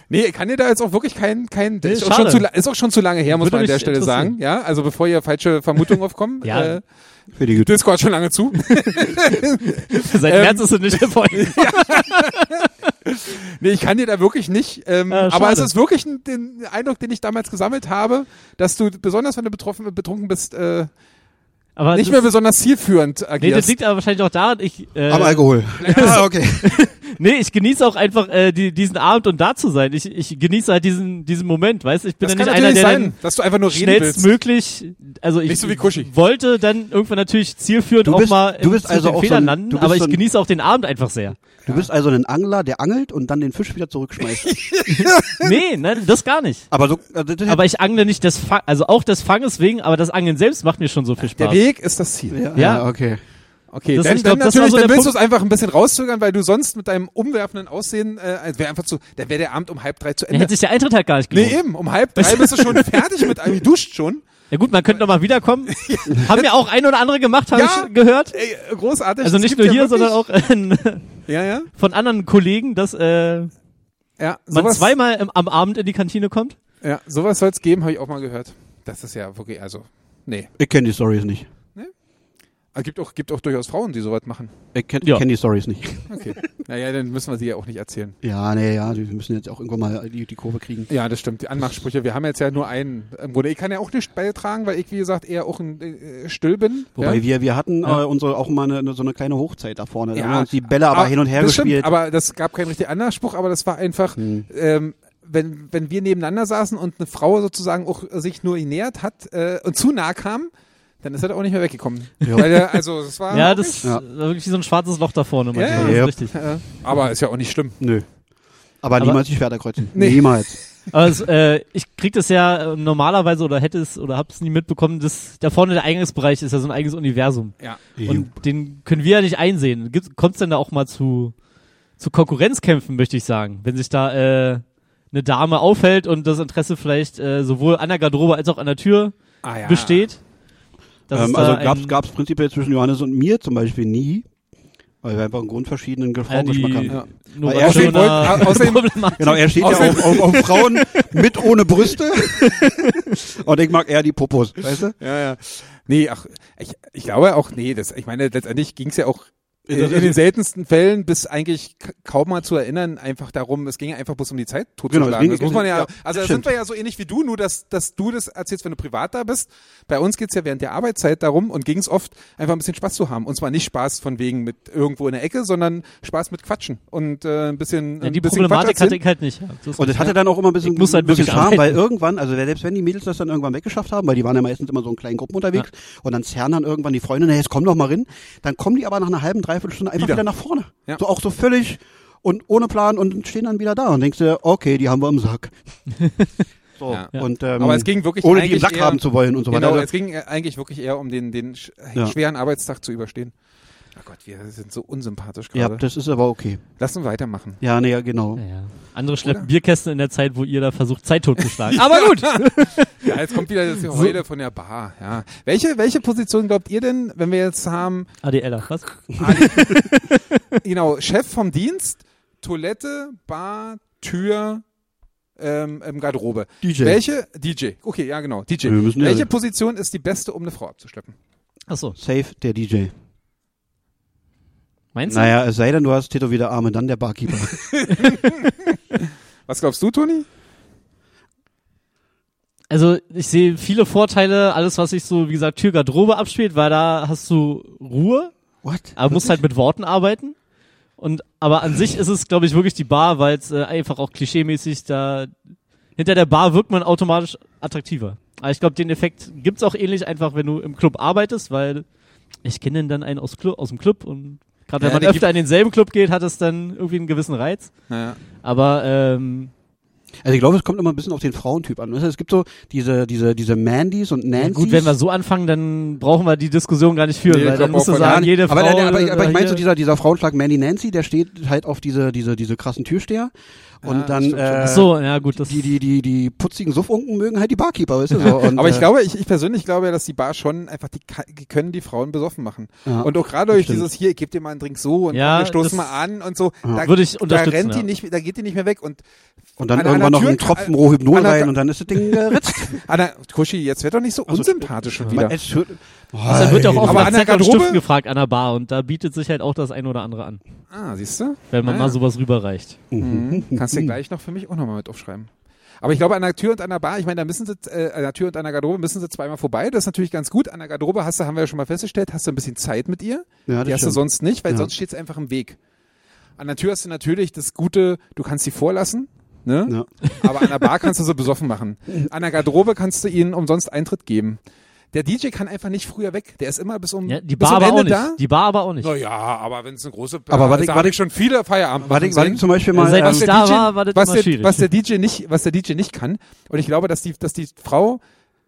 B: Nee, ich kann dir da jetzt auch wirklich kein, kein,
C: Nee,
B: ist, auch schon
C: schade.
B: zu, la- ist auch schon zu lange her, muss
C: Würde
B: man an
C: mich
B: der Stelle sagen.
C: interessieren.
B: Ja, also bevor hier falsche Vermutungen aufkommen.
C: Ja.
B: äh,
A: Für die Güte.
B: Discord schon lange zu.
C: Seit
B: Ähm,
C: März ist es nicht erfolgt.
B: nee, ich kann dir da wirklich nicht. Ähm,
C: Ja,
B: aber es
C: schade.
B: ist wirklich ein, den Eindruck, den ich damals gesammelt habe, dass du besonders, wenn du betroffen, betrunken bist, äh,
C: Aber
B: nicht mehr
C: das,
B: zielführend zielführend
C: nee, das
B: agierst.
C: liegt aber wahrscheinlich auch daran, ich, äh,
A: Am Alkohol. Ah, okay.
C: nee, ich genieße auch einfach äh, die, diesen Abend und da zu sein. Ich, ich genieße halt diesen, diesen Moment, weißt du? Ich bin
B: das kann
C: ja nicht einer,
B: natürlich
C: der dann
B: sein, dass du einfach nur reden willst.
C: schnellstmöglich, also ich
B: Nicht so wie Kushi.
C: wollte dann irgendwann natürlich zielführend
A: Du bist-
C: auch mal
A: du bist
C: zu den
A: also auch so
C: Federn
A: ein-
C: landen,
A: du bist
C: aber
A: so
C: ich
A: ein-
C: genieße auch den Abend einfach sehr.
A: Du bist also ein Angler, der angelt und dann den Fisch wieder zurückschmeißt.
C: nee, ne, das gar nicht.
A: Aber so, also das
C: Aber ich angle nicht des Fa also auch des Fanges wegen, aber das Angeln selbst macht mir schon so viel
B: Der
C: Spaß.
B: Weg ist das Ziel.
A: ja,
C: ja.
A: okay.
B: Okay,
C: Das-
B: dann,
C: ich glaub,
B: dann
C: das war
B: natürlich,
C: so
B: dann
C: der
B: willst du es einfach ein bisschen rauszögern, weil du sonst mit deinem umwerfenden Aussehen, äh, wäre einfach zu, da wäre der Abend um halb drei zu
C: Dann
B: Ende.
C: hätte sich der Eintritt halt gar nicht gelohnt.
B: Nee, eben. Um halb drei bist du schon fertig mit einem. Du duscht schon.
C: Ja gut, man könnte noch mal wiederkommen. haben ja auch ein oder andere gemacht, habe
B: Ja.
C: ich gehört.
B: Ey, Äh, großartig.
C: Also
B: Es
C: nicht
B: gibt
C: nur
B: ja
C: hier,
B: wirklich-
C: sondern auch äh,
B: Ja, ja.
C: von anderen Kollegen, dass äh,
B: ja
C: man
B: sowas,
C: zweimal im, am Abend in die Kantine kommt.
B: Ja, sowas soll es geben, habe ich auch mal gehört. Das ist ja wirklich, also, nee.
A: Ich kenne die Stories nicht.
B: Aber gibt auch, gibt auch durchaus Frauen, die sowas machen.
A: Ich kenne
C: Ja.
A: kenn die Stories nicht.
B: Okay. naja, dann müssen wir sie ja auch nicht erzählen.
A: Ja, nee, ja, die müssen jetzt auch irgendwann mal die, die Kurve kriegen.
B: Ja, das stimmt. Die Anmachsprüche. Wir haben jetzt ja nur einen. Im Grunde, ich kann ja auch nicht beitragen, weil ich, wie gesagt, eher auch ein äh, Still bin.
A: Wobei
B: ja?
A: wir, wir hatten
C: Ja.
A: äh, unsere auch mal eine, eine, so eine kleine Hochzeit da vorne. Da
B: Ja.
A: haben wir uns die Bälle aber
B: Ah,
A: hin und her
B: das
A: gespielt. Hm.
B: Stimmt, aber das gab keinen richtigen Anspruch, aber das war einfach, ähm, wenn, wenn wir nebeneinander saßen und eine Frau sozusagen auch sich nur genähert hat äh, und zu nah kam, dann ist er da auch nicht mehr weggekommen. Weil, äh, also das war
C: Ja, das
A: Ja.
C: war wirklich wie so ein schwarzes Loch da vorne. manchmal.
B: Ja, ja.
C: Das ist
A: Ja.
B: äh,
C: richtig.
B: aber ist ja auch nicht schlimm.
A: Nö. Aber,
C: Aber-
A: niemals die Schwerter kreuzen.
B: Nee.
A: Niemals.
C: Aber es, äh, ich krieg das ja äh, normalerweise oder hätte es oder hab's nie mitbekommen, dass da vorne der Eingangsbereich ist ja so ein eigenes Universum.
B: Ja.
A: Jupp.
C: Und den können wir ja nicht einsehen. Kommt's denn da auch mal zu, zu Konkurrenzkämpfen, möchte ich sagen, wenn sich da äh, eine Dame auffällt und das Interesse vielleicht äh, sowohl an der Garderobe als auch an der Tür
B: Ah, ja.
C: besteht. Dass es
A: Ähm,
C: da
A: also
C: ein-
A: gab's gab's prinzipiell zwischen Johannes und mir zum Beispiel nie, weil wir einfach einen grundverschiedenen Ge- Frauengeschmack
C: die-
A: haben.
B: Ja.
C: nur
A: Weil
C: bei
A: er
B: steht-
C: Corona-
B: au- außerdem-
C: Problematik.
A: Genau, er steht ja
B: Außerdem-
A: auf, auf, auf Frauen mit ohne Brüste und ich mag eher die Popos, weißt du?
B: Ja, ja. Nee, ach, ich, ich glaube auch, nee, das, ich meine, letztendlich ging es ja auch in,
A: Das-
B: in den seltensten Fällen bis eigentlich k- kaum mal zu erinnern, einfach darum, es ging ja einfach bloß um die Zeit totzuschlagen.
A: Genau, es ging-
B: das muss man ja,
A: ja,
B: also da
A: stimmt.
B: sind wir ja so ähnlich wie du, nur dass, dass du das erzählst, wenn du privat da bist. Bei uns geht's ja während der Arbeitszeit darum und ging es oft, einfach ein bisschen Spaß zu haben. Und zwar nicht Spaß von wegen mit irgendwo in der Ecke, sondern Spaß mit Quatschen und äh, ein bisschen,
C: Ja,
B: ein
C: die
B: bisschen
C: Problematik
B: Quatsch erzählen.
C: hatte ich halt nicht. Ja, das ist
A: Und das
C: richtig.
A: hatte dann auch immer ein bisschen,
C: Ich muss halt
A: ein bisschen
C: wirklich
A: Charme, weil
C: arbeiten.
A: irgendwann, also selbst wenn die Mädels das dann irgendwann weggeschafft haben, weil die waren ja meistens immer so in kleinen Gruppen unterwegs und dann zerren dann irgendwann die Freunde, na jetzt komm doch mal rein, dann kommen die aber nach einer halben, dreiviertel Stunde einfach
B: Wieder.
A: wieder, nach vorne.
B: Ja.
A: So auch so völlig und ohne Plan und stehen dann wieder da und denkst dir, okay, die haben wir im Sack. so,
B: Ja.
C: Ja.
A: und, ähm,
B: Aber es ging wirklich
A: ohne die im
B: eigentlich
A: Sack
B: eher-
A: haben zu wollen und so weiter.
B: Genau,
A: Also,
B: es ging äh, eigentlich wirklich eher um den, den sch
A: Ja.
B: schweren Arbeitstag zu überstehen. Oh Gott, wir sind so unsympathisch
A: ja,
B: gerade.
A: das ist aber okay.
B: Lass uns weitermachen.
A: Ja, nee, ja, genau.
C: Naja. Andere schleppen
B: Oder?
C: Bierkästen in der Zeit, wo ihr da versucht, Zeit totzuschlagen. Aber gut!
B: Ja, jetzt kommt wieder das Geheule von der Bar. Ja. Welche, welche Position glaubt ihr denn, wenn wir jetzt haben,
C: ADLer, Ah, was?
B: genau, Chef vom Dienst, Toilette, Bar, Tür, ähm, ähm, Garderobe.
A: DJ.
B: Welche? DJ. Okay, ja genau, DJ.
A: Wir müssen ja-
B: welche Position ist die beste, um eine Frau abzuschleppen?
C: Achso,
A: Safe der DJ.
C: meinst du?
A: Naja, es sei denn, du hast tätowierte Arme, dann der Barkeeper.
B: Was glaubst du, Toni?
C: Also ich sehe viele Vorteile, alles was sich so, wie gesagt, Tür Garderobe abspielt, weil da hast du Ruhe,
A: What?
C: aber musst halt mit Worten arbeiten. Und aber an sich ist es, glaube ich, wirklich die Bar, weil es äh, einfach auch klischeemäßig da hinter der Bar wirkt man automatisch attraktiver. Aber ich glaube, den Effekt gibt's auch ähnlich einfach, wenn du im Club arbeitest, weil ich kenne dann einen aus, Clu aus dem Club und gerade wenn
B: Ja,
C: man
B: da gibt-
C: öfter in denselben Club geht, hat es dann irgendwie einen gewissen Reiz.
B: Naja.
C: Aber ähm,
A: Also ich glaube, es kommt immer ein bisschen auf den Frauentyp an. Weißt du, Es gibt so diese, diese, diese Mandys und
C: Ja,
A: Nancys.
C: gut, wenn wir so anfangen, dann brauchen wir die Diskussion gar nicht führen,
B: Nee,
C: weil
B: ich
C: dann
B: glaub
C: musst du
B: auch,
C: sagen,
A: Ja,
C: jede
A: aber,
C: Frau. äh,
A: nein, aber, ich- aber ich meine so
C: hier-
A: dieser, dieser Frauenschlag Mandy Nancy, der steht halt auf diese, diese, diese krassen Türsteher. Und
B: Ah,
A: dann,
B: stimmt schon.
A: äh,
C: Ach so, ja gut, das
A: die, die, die, die putzigen Suffunken mögen halt die Barkeeper, weißt du so. Und,
B: Aber ich
A: äh,
B: glaube, ich, ich persönlich glaube ja, dass die Bar schon einfach, die, ka- die können die Frauen besoffen machen.
A: Ja,
B: und auch gerade durch
A: stimmt.
B: dieses hier, gib dir mal einen Drink so und
C: Ja,
B: komm, wir stoßen
C: das-
B: mal an und so, da,
C: Würde ich
B: da
C: unterstützen,
B: rennt die
C: ja.
B: nicht, da geht die nicht mehr weg. Und
A: und dann
B: an
A: irgendwann
B: einer
A: noch einen
B: Tür-
A: Tropfen Rohhypnol
B: an einer-
A: rein und dann ist das Ding äh, geritzt.
B: Anna, Kuschi, jetzt wird doch nicht so unsympathisch schon wieder.
C: Also Da wird ja auch oft
B: Aber
C: nach
B: an der
C: Zettel und
B: Garderobe-
C: Stiften gefragt an der Bar und da bietet sich halt auch das ein oder andere an,
B: Ah, siehst du?
C: wenn man
B: Ah,
C: mal sowas rüberreicht.
B: mhm. Kannst du gleich noch für mich auch nochmal mit aufschreiben. Aber ich glaube, an der Tür und an der Bar, ich meine, da müssen sie, äh, an der Tür und an der Garderobe müssen sie zweimal vorbei. Das ist natürlich ganz gut. An der Garderobe hast du, haben wir ja schon mal festgestellt, hast du ein bisschen Zeit mit ihr.
A: Ja, das
B: die hast du
A: stimmt.
B: sonst nicht, weil
A: Ja.
B: sonst steht es einfach im Weg. An der Tür hast du natürlich das Gute, du kannst sie vorlassen, ne?
A: Ja.
B: Aber an der Bar kannst du sie besoffen machen. An der Garderobe kannst du ihnen umsonst Eintritt geben. Der DJ kann einfach nicht früher weg. Der ist immer bis um
C: Ja, die
B: bis
C: Bar
B: zum
C: aber auch
B: Ende
C: nicht.
B: da.
C: Die Bar aber auch nicht.
B: Naja, aber wenn es eine große Bar
A: Aber warte,
B: ist, da
A: warte,
B: hab ich schon viele Feierabend.
A: Warte, warte Also, zum Beispiel mal.
C: Also, Seit
A: ähm,
C: ich da war, war das
B: was,
C: immer
B: der,
C: schwierig.
B: was der DJ nicht, was der DJ nicht kann. Und ich glaube, dass die, dass die Frau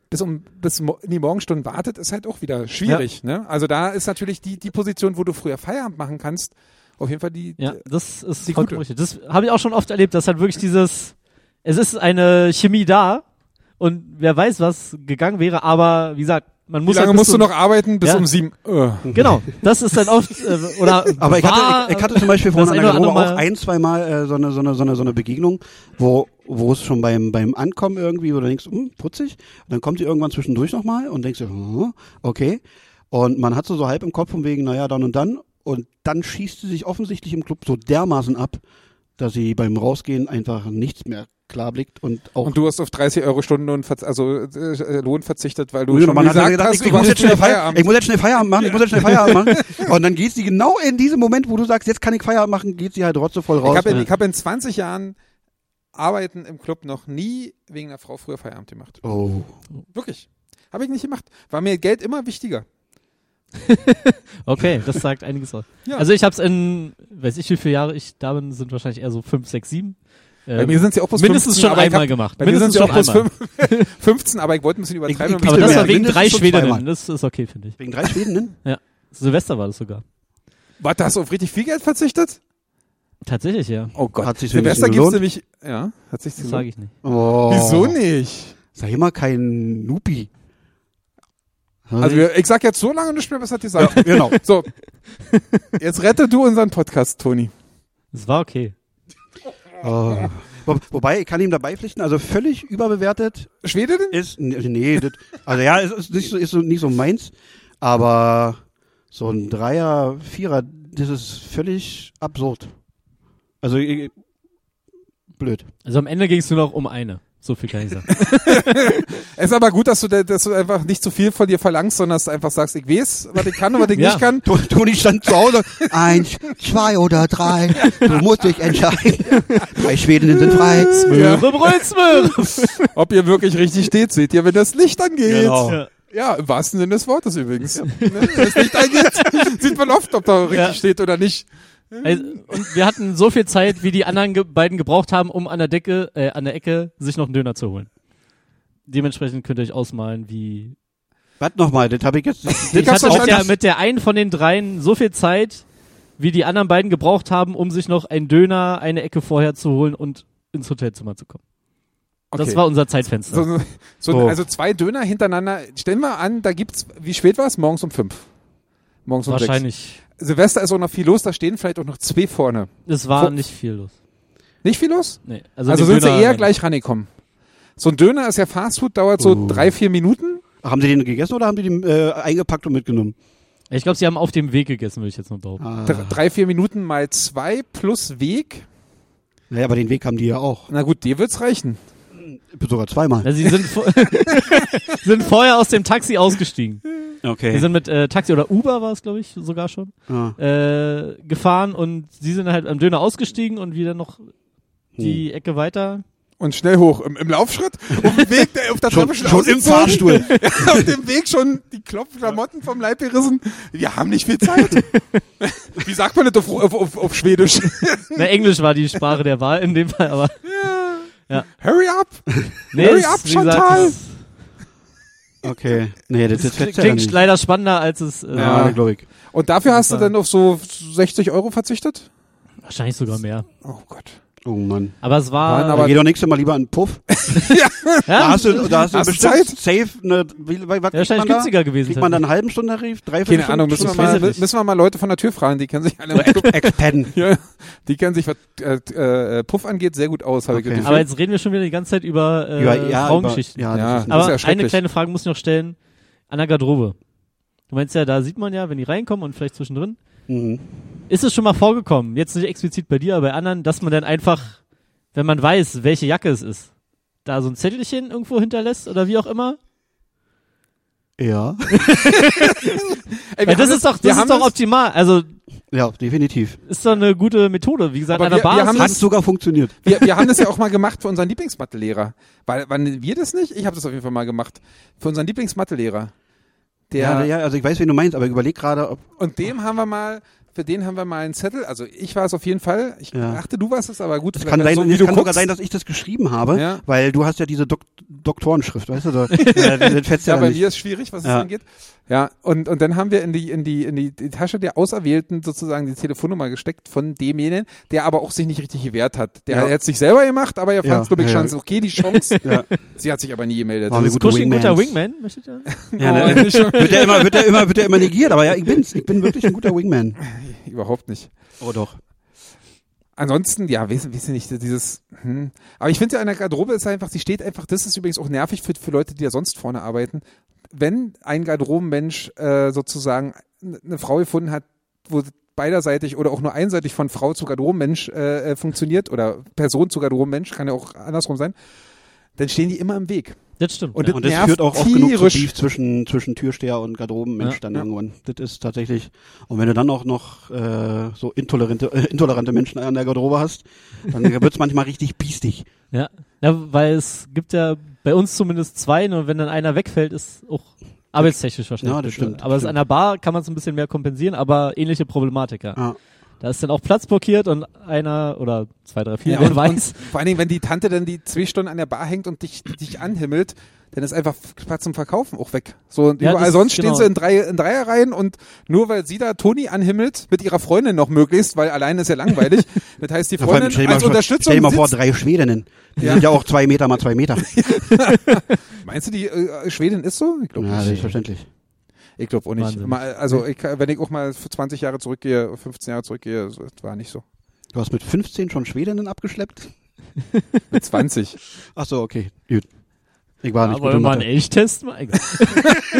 B: bis um bis mo- in die Morgenstunden wartet, ist halt auch wieder schwierig. Ne? Also da ist natürlich die die Position, wo du früher Feierabend machen kannst, auf jeden Fall die.
C: Ja, das ist
B: Die
C: vollkommen
B: gute.
C: richtig. Das habe ich auch schon oft erlebt, dass halt wirklich dieses, es ist eine Chemie da und wer weiß, was gegangen wäre, aber wie gesagt, man
B: Wie
C: muss
B: lange
C: halt bis
B: musst du
C: zum-
B: noch arbeiten? Bis
C: Ja.
B: um sieben. Äh.
C: Genau, das ist dann oft äh, oder
A: Aber ich
C: war-
A: hatte, ich, ich hatte zum Beispiel vorhin
C: das
A: an der
C: eine oder
A: Garderobe
C: andere
A: auch ein, zweimal äh, so, eine, so, eine, so, eine, so eine Begegnung, wo, wo es schon beim, beim Ankommen irgendwie, wo du denkst, hm, putzig, und dann kommt sie irgendwann zwischendurch nochmal und denkst dir, hm, okay. Und man hat so, so halb im Kopf von wegen, naja, dann und dann. Und dann schießt sie sich offensichtlich im Club so dermaßen ab, dass sie beim Rausgehen einfach nichts mehr klar blickt und auch.
B: Und du hast auf 30 Euro Stunden und verz- also äh, Lohn verzichtet, weil du
A: Nö,
B: schon
A: man hat
B: gesagt
A: dann gedacht,
B: hast,
A: ich,
B: du
A: ich, muss
B: machst
A: jetzt schnell
B: früher
A: Feierabend, ich muss jetzt schnell Feierabend machen, ich muss jetzt schnell Feierabend machen. Und dann geht sie genau in diesem Moment, wo du sagst, jetzt kann ich Feierabend machen, geht sie halt rotzevoll raus.
B: Ich habe in,
C: Ja.
B: ich hab in 20 Jahren Arbeiten im Club noch nie wegen einer Frau früher Feierabend gemacht.
A: oh.
B: Wirklich. Habe ich nicht gemacht. War mir Geld immer wichtiger.
C: Okay, das sagt einiges aus.
B: Ja.
C: Also ich habe es in, weiß ich wie viele Jahre ich da bin, sind wahrscheinlich eher so fünf, sechs, sieben.
B: Bei
C: Ähm,
B: mir sind sie auch bloß
C: mindestens
B: 15,
C: schon
B: aber ich
C: einmal
B: hab-
C: gemacht.
B: Bei mir sind
C: Mindestens
B: sie auch
C: schon
B: bloß
C: einmal.
B: 15, aber ich wollte ein bisschen übertreiben.
A: Ich- ich-
B: und
C: Aber
B: ein
C: das
B: bisschen
C: war wegen
A: mindestens
C: drei
A: schon
C: Schwedinnen.
A: zweimal.
C: Das ist okay, finde ich.
A: Wegen drei Schweden, ne?
C: Silvester war das sogar.
B: mehr- Warte, hast du auf richtig viel Geld verzichtet?
C: Tatsächlich, ja.
B: Oh Gott.
A: Hat sich
B: Silvester
A: wenigstens
B: gibt's
A: gelohnt?
B: nämlich, ja, hat sich
C: Das sage
B: gelohnt.
C: ich nicht.
A: Oh.
B: Wieso nicht?
A: Sag immer kein Nubi.
B: Also wir, ich sag jetzt so lange nicht mehr, was hat die gesagt.
A: genau.
B: So. Jetzt rette du unseren Podcast, Toni.
C: Es war okay.
A: Oh. Wo- Wobei, ich kann ihm dabei pflichten, also völlig überbewertet
B: Schwede denn?
A: ist, n- nee, das, also ja, es ist nicht so, ist so, nicht so meins, aber so ein Dreier, Vierer, das ist völlig absurd. Also, ich, blöd.
C: Also am Ende ging es nur noch um eine. So viel kann ich sagen.
B: Es ist aber gut, dass du, da- dass du einfach nicht zu viel von dir verlangst, sondern dass du einfach sagst, ich weiß, was ich kann und was ich
C: Ja.
B: nicht kann.
A: To- Toni stand zu Hause, eins, zwei oder drei, du musst dich entscheiden. Drei Schwedinnen sind frei.
B: Ja.
C: Möhre, Brülzmöhre.
B: Ob ihr wirklich richtig steht, seht ihr, wenn das Licht angeht.
A: Genau.
C: Ja.
B: Ja, im wahrsten Sinne des Wortes übrigens. Ne? Wenn das Licht angeht, sieht man oft, ob da richtig
C: Ja.
B: steht oder nicht.
C: Also, und wir hatten so viel Zeit, wie die anderen ge beiden gebraucht haben, um an der Decke, äh, an der Ecke sich noch einen Döner zu holen. Dementsprechend könnt ihr euch ausmalen, wie.
A: Warte nochmal, das habe ich jetzt,
C: Ich
B: kannst
C: hatte
B: du
C: mit der,
B: schon-
C: mit der einen von den dreien so viel Zeit, wie die anderen beiden gebraucht haben, um sich noch einen Döner eine Ecke vorher zu holen und ins Hotelzimmer zu kommen. Das war unser Zeitfenster.
B: so, so,
A: So.
B: Also zwei Döner hintereinander. Stellen wir an, da gibt's, wie spät war's? Morgens um fünf. Morgens um
C: Wahrscheinlich.
B: sechs. Silvester ist auch noch viel los, da stehen vielleicht auch noch zwei vorne.
C: Es war
B: Wo-
C: nicht viel los.
B: Nicht viel los?
C: Nee,
B: Also,
C: also den
B: sind sie
C: Döner
B: eher
C: rein.
B: gleich rangekommen. So ein Döner ist ja Fastfood, dauert so drei, vier Minuten.
A: haben sie den gegessen oder haben die den äh, eingepackt und mitgenommen?
C: Ich glaube, sie haben auf dem Weg gegessen, würde ich jetzt nur behaupten.
A: Ah.
B: Dr- Drei, vier Minuten mal zwei plus Weg.
A: Naja, aber den Weg haben die ja auch.
B: Na gut, dir wird's reichen.
A: Sogar zweimal.
C: Also sie sind, vor- sind vorher aus dem Taxi ausgestiegen.
A: Okay.
C: Wir sind mit äh, Taxi oder Uber war es, glaube ich, sogar schon,
A: ah.
C: äh, gefahren und sie sind halt am Döner ausgestiegen und wieder noch die
B: Hm.
C: Ecke weiter.
B: Und schnell hoch. Im, im Laufschritt? Auf dem Weg, der auf der
A: Schon,
B: Treppe
A: schon im
B: ausgezogen.
A: Fahrstuhl.
B: auf dem Weg schon die Klopfklamotten vom Leib gerissen. Wir haben nicht viel Zeit. Wie sagt man das auf, auf, auf, auf Schwedisch?
C: Na, Englisch war die Sprache der Wahl in dem Fall, aber
B: Hurry up!
C: nee,
B: Hurry
C: es-
B: up,
C: wie gesagt,
B: Chantal!
C: es
A: Okay. Nee, das, das fetzt ja dann
C: klingt
A: nicht.
C: leider spannender als es äh,
B: Ja.
A: Ja, glaube ich.
B: Und dafür hast du
C: Super.
B: dann auf so 60 Euro verzichtet?
C: wahrscheinlich sogar mehr.
B: Oh Gott.
A: Oh Mann.
C: Aber es war
B: Waren
A: Aber
B: Aber-
A: geh doch nächstes Mal lieber an den Puff. Da
C: ja,
A: hast du, da hast du
B: Hast du
A: bestimmt safe eine, wie, was
C: ja,
A: kriegt man
C: wahrscheinlich
A: da?
C: günstiger gewesen.
A: Kriegt man dann einen halben Stunde Tarif? Drei,
B: Keine Ahnung, müssen wir,
A: Stunden?
B: mal,
C: weiß es nicht.
B: müssen wir mal Leute von der Tür fragen, die kennen sich alle.
A: Expen.
B: Ja, die kennen sich, was äh, äh, Puff angeht, sehr gut aus, habe
A: Okay.
B: ich
C: aber
B: gedacht.
C: jetzt reden wir schon wieder die ganze Zeit über äh,
A: Ja, ja,
C: Frauengeschichten.
A: Über,
B: Ja.
A: ja, das ist-
B: Das ist
C: Aber
B: ja
C: eine
B: schrecklich.
C: kleine Frage muss ich noch stellen. An der Garderobe. Du meinst ja, da sieht man ja, wenn die reinkommen und vielleicht zwischendrin.
A: Mhm.
C: Ist es schon mal vorgekommen, jetzt nicht explizit bei dir, aber bei anderen, dass man dann einfach, wenn man weiß, welche Jacke es ist, da so ein Zettelchen irgendwo hinterlässt oder wie auch immer?
A: ja.
B: Ey, wir
C: Weil das
B: haben
C: ist doch,
B: wir
C: das
B: haben
C: ist doch optimal. Also
A: Ja, definitiv.
C: ist doch eine gute Methode. Wie gesagt,
B: Aber
C: an der
B: wir-
C: Bar
B: wir
C: ist
B: haben
C: es-
A: Hat sogar funktioniert.
B: Wir, wir haben das ja auch mal gemacht für unseren Lieblingsmathelehrer. War- Waren wir das nicht? Ich habe das auf jeden Fall mal gemacht. Für unseren Lieblingsmathelehrer. Der,
A: Ja, ja, also ich weiß, wen du meinst, aber ich überleg gerade, ob.
B: Und dem haben wir mal, für den haben wir mal einen Zettel. Also ich war es auf jeden Fall. Ich
A: Ja.
B: dachte, du warst es, aber gut.
A: Es
B: wenn
A: kann,
B: das
A: sein,
B: so, wie
A: es
B: du
A: kann sogar
B: guckst,
A: sein, dass ich das geschrieben habe,
B: Ja.
A: weil du ne? hast ja diese Dok Doktorenschrift, weißt du? So, ja, das fetzt ja,
B: ja,
A: dann
B: bei
A: nicht.
B: mir ist schwierig, was es
A: Ja.
B: angeht. Ja, und, und dann haben wir in die, in die, in die, die Tasche der Auserwählten sozusagen die Telefonnummer gesteckt von demjenigen, der aber auch sich nicht richtig gewehrt hat. Der
A: Ja.
B: hat es nicht selber gemacht, aber er
A: Ja,
B: fand es nur
A: ja,
B: ja,
A: ja.
B: okay, die Chance.
A: Ja.
B: Sie hat sich aber nie gemeldet.
A: Waren wir
C: ist
A: gute
C: Kuscheln guter
A: Wingmans.
C: Wingman, möchtet ihr?
A: Ja, ne,
B: Oh, nicht schon-
A: wird ja immer, wird ja immer, wird ja immer negiert, aber ja, ich bin's. Ich bin wirklich ein guter Wingman.
B: Überhaupt nicht.
A: Oh doch.
B: Ansonsten, ja, wissen wissen nicht, dieses, hm. Aber ich finde ja an der Garderobe ist einfach, sie steht einfach, das ist übrigens auch nervig für, für Leute, die ja sonst vorne arbeiten. Wenn ein Garderobenmensch äh, sozusagen n- eine Frau gefunden hat, wo beiderseitig oder auch nur einseitig von Frau zu Garderobenmensch äh, äh, funktioniert oder Person zu Garderobenmensch, kann ja auch andersrum sein, dann stehen die immer im Weg.
C: Das stimmt.
B: Und
C: ja.
A: Und das
B: Nervt
A: führt auch oft genug zu
B: tierisch.
A: Beef zwischen, zwischen Türsteher und Garderobenmensch
C: Ja,
A: dann
B: ja.
A: irgendwann. Das ist tatsächlich, und wenn du dann auch noch äh, so intolerante, äh, intolerante Menschen an der Garderobe hast, dann wird's manchmal richtig biestig.
C: Ja. Na, weil es gibt ja bei uns zumindest zwei, und wenn dann einer wegfällt, ist auch arbeitstechnisch wahrscheinlich. ne?
A: Ja, das stimmt, das
C: Aber es ist
A: stimmt.
C: an der Bar kann man es ein bisschen mehr kompensieren, aber ähnliche Problematik, ja.
A: Ja.
C: Da ist dann auch Platz blockiert und einer oder zwei, drei, vier,
B: Ja,
C: wer
B: und-
C: weiß.
B: Vor allen Dingen, wenn die Tante dann die zwei Stunden an der Bar hängt und dich, dich anhimmelt, dann ist einfach Platz zum Verkaufen auch weg. So, und
C: Ja,
B: überall
C: das-
B: sonst
C: genau.
B: stehen sie in, drei, in Dreierreihen und nur weil sie da Toni anhimmelt, mit ihrer Freundin noch möglichst, weil alleine ist ja langweilig. Das heißt, die
A: Ja, vor allem,
B: Freundin
A: stell dir mal,
B: als
A: vor-
B: Unterstützung
A: stell dir mal vor,
B: sitzt-
A: drei Schwedinnen. Die
B: Ja.
A: sind ja auch zwei Meter mal zwei Meter.
B: Meinst du, die äh, Schwedin ist so? Ich glaube
A: Ja,
B: nicht.
A: selbstverständlich.
B: Ich glaube auch nicht.
C: Wahnsinn.
B: Mal, also ich, wenn ich auch mal für 20 Jahre zurückgehe, 15 Jahre zurückgehe, das war nicht so.
A: Du hast mit 15 schon Schwedinnen abgeschleppt?
B: Mit 20.
A: Ach so, okay. Gut. Ich war nicht
C: Aber
A: gut
C: wenn
A: in
C: man
A: Mathe.
C: echt testen,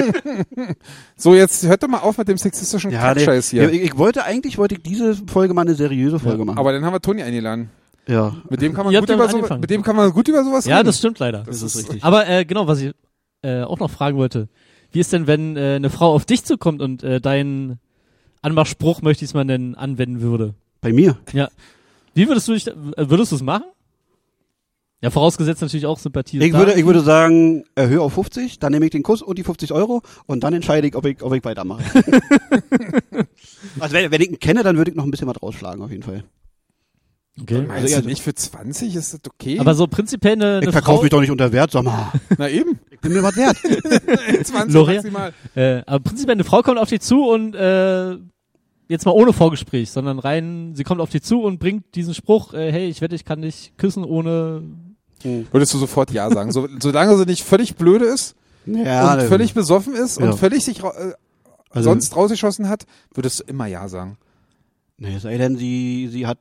B: so, jetzt hört doch mal auf mit dem sexistischen
A: Ja, nee.
B: Kackscheiß hier.
A: Ja, ich, ich wollte eigentlich wollte ich diese Folge mal eine seriöse Folge machen.
B: Aber dann haben wir Toni eingeladen.
A: ja.
B: Mit dem kann man
C: Ihr
B: gut
C: habt
B: über
C: damit
B: so,
C: angefangen.
B: mit dem kann man gut über sowas
C: ja,
B: reden.
C: das stimmt leider.
B: Das ist richtig.
C: Aber äh, genau, was ich äh, auch noch fragen wollte. Wie ist denn, wenn äh, eine Frau auf dich zukommt und äh, deinen Anmachspruch, möchte ich es mal nennen, anwenden würde?
A: Bei mir.
C: Wie würdest du dich, da- äh, würdest du es machen? Ja, vorausgesetzt natürlich auch Sympathie. ist
A: Ich
C: da.
A: würde, ich würde sagen, erhöhe auf 50, dann nehme ich den Kuss und die 50 Euro und dann entscheide ich, ob ich, ob ich weitermache. also wenn, wenn ich ihn kenne, dann würde ich noch ein bisschen was rausschlagen auf jeden Fall.
C: okay.
B: Meinst
A: Also,
B: du
A: also-
B: nicht für 20 ist das okay?
C: Aber so prinzipiell eine,
A: Ich
C: eine
A: verkaufe
C: Frau,
A: mich doch nicht unter Wert, sag mal.
B: Na eben.
A: Ich bin mir was wert.
B: 20
C: Loria?
B: maximal.
C: äh, aber prinzipiell eine Frau kommt auf dich zu und äh, jetzt mal ohne Vorgespräch, sondern rein, sie kommt auf dich zu und bringt diesen Spruch, äh, hey, ich wette, ich kann dich küssen ohne
B: Würdest du sofort Ja sagen. So, solange sie nicht völlig blöde ist
A: Ja,
B: und
A: dann-
B: völlig besoffen ist
A: Ja.
B: und völlig sich ra- äh,
A: Also-
B: sonst rausgeschossen hat, würdest du immer Ja sagen.
A: Nee, es sei denn, sie, sie hat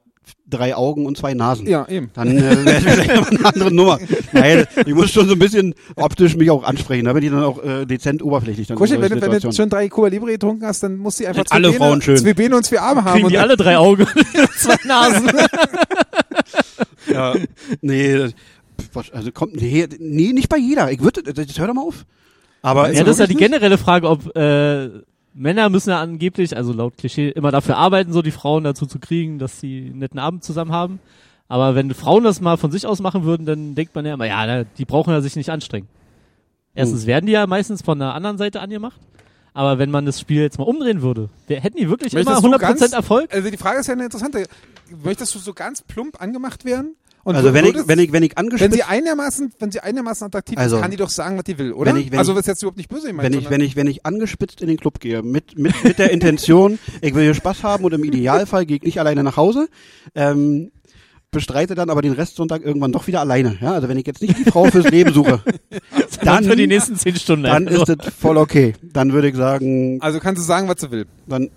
A: drei Augen und zwei Nasen.
B: Ja, eben.
A: Dann äh, wäre vielleicht mal eine andere Nummer. Nein, ich muss schon so ein bisschen optisch mich auch ansprechen. Da bin ich dann auch äh, dezent oberflächlich. Dann in
B: Kuschel, wenn,
A: solchen
B: du- wenn du
A: Situationen.
B: schon drei Cuba Libre getrunken hast, dann musst du einfach
A: Sind alle
B: Beine,
A: Frauen schön.
B: zwei Beine und zwei Arme haben.
C: kriegen
B: Und
C: die alle drei Augen und zwei Nasen.
A: Ja, nee, das- pf, was- also kommt, nee, nee, nicht bei jeder. Ich würde, das, das hör doch mal auf. Also, Aber
C: Ja, das ist ja die
A: Wirklich
C: generelle Frage, ob äh, Männer müssen ja angeblich, also laut Klischee, immer dafür arbeiten, so die Frauen dazu zu kriegen, dass sie einen netten Abend zusammen haben. Aber wenn Frauen das mal von sich aus machen würden, dann denkt man ja immer, ja, na, die brauchen ja sich nicht anstrengen. Erstens werden die ja meistens von der anderen Seite angemacht. Aber wenn man das Spiel jetzt mal umdrehen würde, wer, hätten die wirklich
B: Möchtest
C: immer
B: du ganz-
C: 100% Erfolg?
B: also die Frage ist ja eine interessante. Möchtest du so ganz plump angemacht werden? Und
A: also wenn ich,
B: würdest-
A: wenn ich, wenn ich
B: wenn
A: angespitzt,
B: sie einigermaßen, wenn sie einigermaßen attraktiv
A: Also-
B: ist, kann die doch sagen, was die will, oder?
A: Wenn ich- wenn
B: also
A: ich-
B: was jetzt überhaupt nicht böse gemeint,
A: wenn ich,
B: sondern-
A: wenn ich, wenn ich angespitzt in den Club gehe, mit, mit, mit der Intention, ich will hier Spaß haben und im Idealfall gehe ich nicht alleine nach Hause, ähm, bestreite dann aber den Restsonntag irgendwann doch wieder alleine. Ja, also wenn ich jetzt nicht die Frau fürs Leben suche, dann,
C: für die nächsten 10 Stunden.
A: dann
C: einfach nur.
A: ist das voll okay. Dann würde ich sagen,
B: also kannst du sagen, was sie will,
A: dann,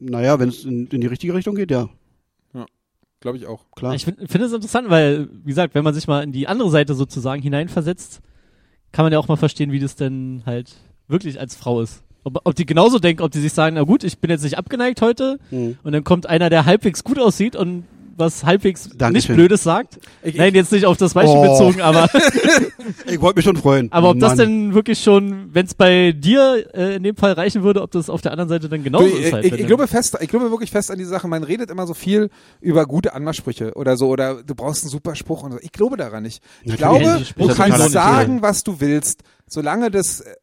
A: naja, wenn es in, in die richtige Richtung geht, ja,
B: glaube ich auch.
A: klar.
C: Ich finde find es interessant, weil, wie gesagt, wenn man sich mal in die andere Seite sozusagen hineinversetzt, kann man ja auch mal verstehen, wie das denn halt wirklich als Frau ist. Ob, ob die genauso denken, ob die sich sagen, na gut, ich bin jetzt nicht abgeneigt heute
A: Hm.
C: und dann kommt einer, der halbwegs gut aussieht und was halbwegs nicht
A: Dankeschön.
C: Blödes sagt.
B: Ich-
C: Nein, jetzt nicht auf das Beispiel
A: Oh.
C: bezogen, aber,
A: Ich wollte mich schon freuen.
C: aber ob das
A: Mann.
C: denn wirklich schon, wenn es bei dir äh, in dem Fall reichen würde, ob das auf der anderen Seite dann genauso
B: Du,
C: ist halt.
B: ich,
C: wenn
B: ich, ich
C: dann-
B: glaube fest, ich glaube wirklich fest an die Sache. Man redet immer so viel über gute Anmachsprüche oder so oder du brauchst einen super Spruch und so. Ich glaube daran nicht.
A: Natürlich
B: Ich glaube,
C: nicht.
B: du
C: Das ist
B: kannst
C: total
B: sagen,
A: natürlich.
B: was du willst, solange das äh,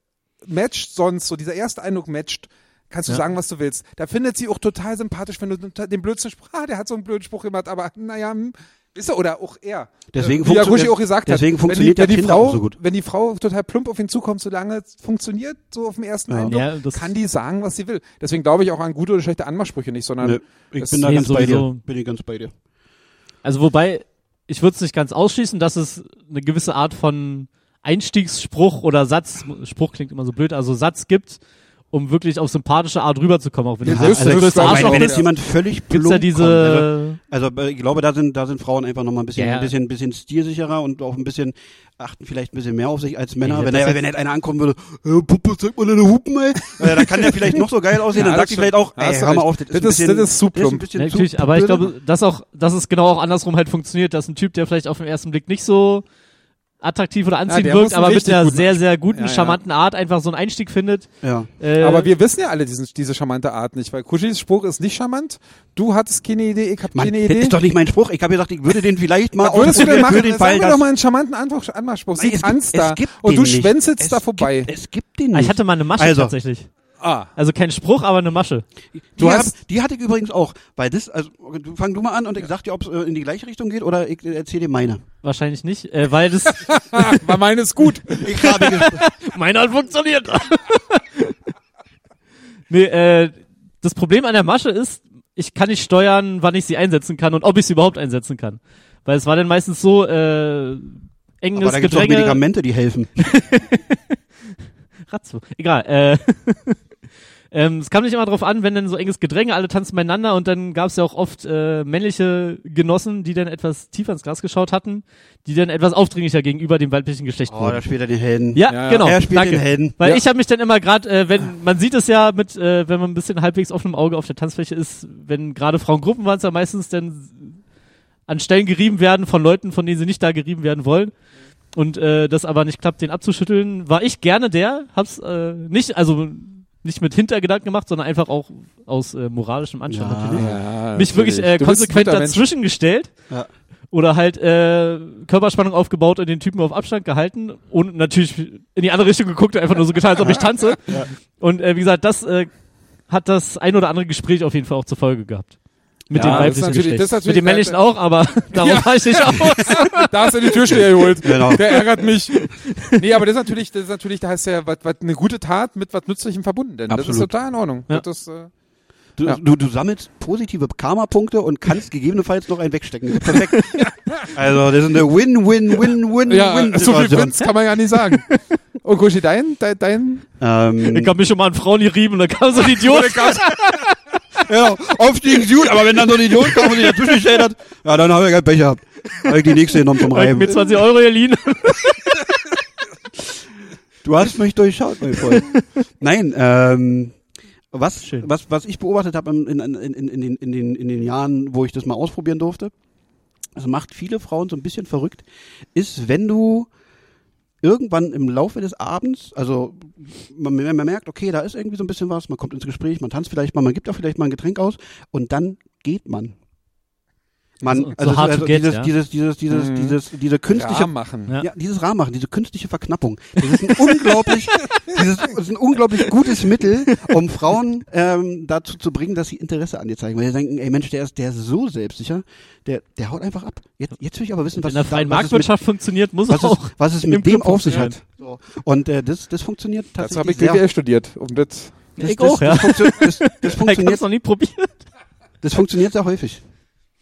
B: matcht sonst so dieser erste Eindruck matcht. Kannst du
C: Ja.
B: sagen, was du willst. Da findet sie auch total sympathisch, wenn du den Blödsinn Spruch, ah, der hat so einen blöden Spruch gemacht, aber naja, hm, ist er, oder auch er. Äh,
A: Deswegen
B: Wie ja
A: funktio-
B: Guschi auch gesagt hat,
A: deswegen
B: wenn
A: funktioniert
B: die, wenn
A: ja
B: die
A: Tinder
B: Frau,
A: auch so gut.
B: Wenn die Frau total plump auf ihn zukommt, solange es funktioniert, so auf dem ersten
A: Ja.
B: Eindruck,
C: Ja, das-
B: kann die sagen, was sie will. Deswegen glaube ich auch an gute oder schlechte Anmachsprüche nicht, sondern
A: Nö, ich
B: das
A: bin da
C: sehen
A: ganz bei dir.
C: sowieso.
A: Bin ich ganz bei dir.
C: Also wobei, ich würde es nicht ganz ausschließen, dass es eine gewisse Art von Einstiegsspruch oder Satz, Spruch klingt immer so blöd, also Satz gibt, um wirklich auf sympathische Art rüberzukommen, auch wenn
B: Ja,
C: du
B: das
C: selbst
B: ist-
C: der
B: das ist
C: größte
B: auch
A: Ich
B: Arschloch
A: meine,
C: Also Arschloch
A: wenn
B: ist.
A: jetzt
C: bist,
A: jemand völlig
C: gibt's ja
A: plump kommt, also-
B: ne?
C: diese,
A: Also äh, ich glaube, da sind, da sind Frauen einfach nochmal ein bisschen,
C: Ja, ja.
A: ein bisschen, bisschen stilsicherer und auch ein bisschen achten vielleicht ein bisschen mehr auf sich als Männer.
C: Ja,
A: wenn,
C: das
A: er,
C: jetzt-
A: wenn halt einer ankommen würde, äh, Puppe, zeig mal deine Hupen, ey. Äh, da kann der vielleicht noch so geil aussehen,
B: Ja,
A: dann
B: das
A: sagt die vielleicht
B: stimmt.
A: auch,
B: Ja,
A: ey,
B: hast du
A: hör mal
B: recht.
A: auf, das ist, ein
B: Das ist-
A: bisschen,
B: das ist zu
A: Das ist ein
B: plump.
A: bisschen
C: Ja,
A: zu
C: ne, natürlich, aber ich
A: blöde.
C: glaube, dass auch, dass es genau auch andersrum halt funktioniert, dass ein Typ, der vielleicht auf den ersten Blick nicht so attraktiv oder anziehend
B: der muss
C: wirkt,
B: einen
C: aber mit
B: richtig
C: einer
B: guten
C: sehr, sehr guten,
B: Ja, ja.
C: charmanten Art einfach so einen Einstieg findet.
A: ja.
C: Äh,
B: aber wir wissen ja alle diesen, diese charmante Art nicht, weil Kuschis Spruch ist nicht charmant. Du hattest keine Idee, ich habe
A: Mann,
B: keine
A: das
B: Idee.
A: ist doch nicht mein Spruch. Ich habe gesagt, ich würde den vielleicht mal
B: was würdest du denn
A: ausprobieren
B: machen?
A: für den Fall,
B: Sag mir
A: dass...
B: doch mal einen charmanten Antwort- Anmachspruch. Sie
A: Nein, es gibt-
B: tanzt
A: es
B: da
A: gibt
B: und
A: den
B: du
A: nicht.
B: schwänzelst
A: Es
B: da vorbei.
A: Gibt, es gibt den
C: ah,
A: nicht.
C: ich hatte mal eine Masche
A: Also,
C: tatsächlich.
B: Ah.
C: Also kein Spruch, aber eine Masche.
A: Die,
B: Du
A: hab,
B: hast-
A: die hatte ich übrigens auch, weil das, also du- fang du mal an und ich sag dir, ob es äh, in die gleiche Richtung geht oder ich äh, erzähl dir meine.
C: Wahrscheinlich nicht, äh, weil das
B: War meines gut.
A: Ich habe ges-
C: Meiner hat funktioniert. nee, äh, das Problem an der Masche ist, ich kann nicht steuern, wann ich sie einsetzen kann und ob ich sie überhaupt einsetzen kann. Weil es war dann meistens so, äh,
A: Aber
C: enges
A: da gibt es auch
C: Gedränge.
A: Medikamente, die helfen.
C: Ratzo. Egal. Äh, ähm, es kam nicht immer drauf an, wenn dann so enges Gedränge, alle tanzen beieinander und dann gab es ja auch oft äh, männliche Genossen, die dann etwas tiefer ins Glas geschaut hatten, die dann etwas aufdringlicher gegenüber dem weiblichen Geschlecht
A: Oh,
C: wurden.
A: da spielt er den Helden.
C: Ja,
B: Ja, ja.
C: genau.
A: er spielt
C: Danke.
A: den Helden.
C: Weil
B: Ja.
C: ich habe mich dann immer gerade, äh, wenn man sieht es ja mit, äh, wenn man ein bisschen halbwegs offenem Auge auf der Tanzfläche ist, wenn gerade Frauengruppen waren es ja meistens dann an Stellen gerieben werden von Leuten, von denen sie nicht da gerieben werden wollen und äh, das aber nicht klappt, den abzuschütteln, war ich gerne der, hab's äh, nicht, also nicht mit Hintergedanken gemacht, sondern einfach auch aus äh, moralischem Anstand
A: Ja.
C: natürlich.
B: Ja,
C: Mich wirklich äh,
B: Du bist ein
C: konsequent
B: guter Mensch.
C: dazwischen gestellt
A: Ja.
C: oder halt äh, Körperspannung aufgebaut und den Typen auf Abstand gehalten und natürlich in die andere Richtung geguckt und einfach nur so getan, als ob ich tanze. Und äh, wie gesagt, das äh, hat das ein oder andere Gespräch auf jeden Fall auch zur Folge gehabt. Mit
B: Ja,
C: dem
B: das ist
C: weiblichen
B: natürlich- das ist natürlich-
C: Geschlecht.
B: äh,
C: Mit dem männlichen auch, aber darauf war ich nicht aus.
B: Da hast du die Türsteher geholt.
A: Genau.
B: Der ärgert mich. Nee, aber das ist natürlich, das ist natürlich, da hast du ja was, was eine gute Tat mit was Nützlichem verbunden. Denn das ist
A: Absolut.
B: total in Ordnung.
C: Ja.
B: Das, ist, äh,
A: Du,
B: Ja.
A: du, du sammelst positive Karma-Punkte und kannst gegebenenfalls noch einen wegstecken. Perfekt. Also, das ist eine
B: ja, so viel
A: Win-Win-Win-Win-Win-Situation.
B: Wins kann man ja nicht sagen. Und Gushi, dein, dein, dein
C: Ich
A: ähm,
C: hab mich schon mal an Frauen gerieben und da kam so ein Idiot.
A: ja, auf die Idiot, aber wenn dann so ein Idiot kam und sich dazwischen gestellt hat, ja, dann habe ich kein Pech gehabt. Habe ich die nächste genommen zum
C: Hat mir
A: Reiben.
C: 20 Euro geliehen.
A: Du hast mich durchschaut, mein Freund. Nein, ähm, was,
C: Schön.
A: was, was ich beobachtet habe in, in, in, in, in, den, in, den, in den Jahren, wo ich das mal ausprobieren durfte, das macht viele Frauen so ein bisschen verrückt, ist, wenn du irgendwann im Laufe des Abends, also man, man man merkt, okay, da ist irgendwie so ein bisschen was, man kommt ins Gespräch, man tanzt vielleicht mal, man gibt auch vielleicht mal ein Getränk aus und dann geht man. Man,
C: So- so
A: also,
C: hard to
A: also
C: get,
A: dieses,
C: ja?
A: dieses, dieses, dieses,
B: Mhm.
A: dieses, diese künstliche
B: Rahmen machen.
C: Ja.
A: ja, dieses Rahmen machen, diese künstliche Verknappung, das ist ein unglaublich, dieses, das ist ein unglaublich gutes Mittel, um Frauen ähm, dazu zu bringen, dass sie Interesse an dir zeigen. Weil sie denken, ey Mensch, der ist, der ist so selbsicher, der, der haut einfach ab. Jetzt, jetzt will ich aber wissen, was
C: In der
A: es-
C: freien
A: was es mit,
C: Marktwirtschaft funktioniert, muss
A: was
C: auch.
A: es, was es
C: im
A: mit
C: Club
A: dem auf sich
C: funktionieren.
A: hat. So. Und äh, das, das funktioniert
B: Das habe
A: tatsächlich
B: ich BWL studiert, um das
A: Das,
C: Ich
A: das,
C: auch,
A: das, funktio- das, das,
C: Ich hab's
A: funktioniert,
C: noch nie probiert.
A: das funktioniert sehr häufig.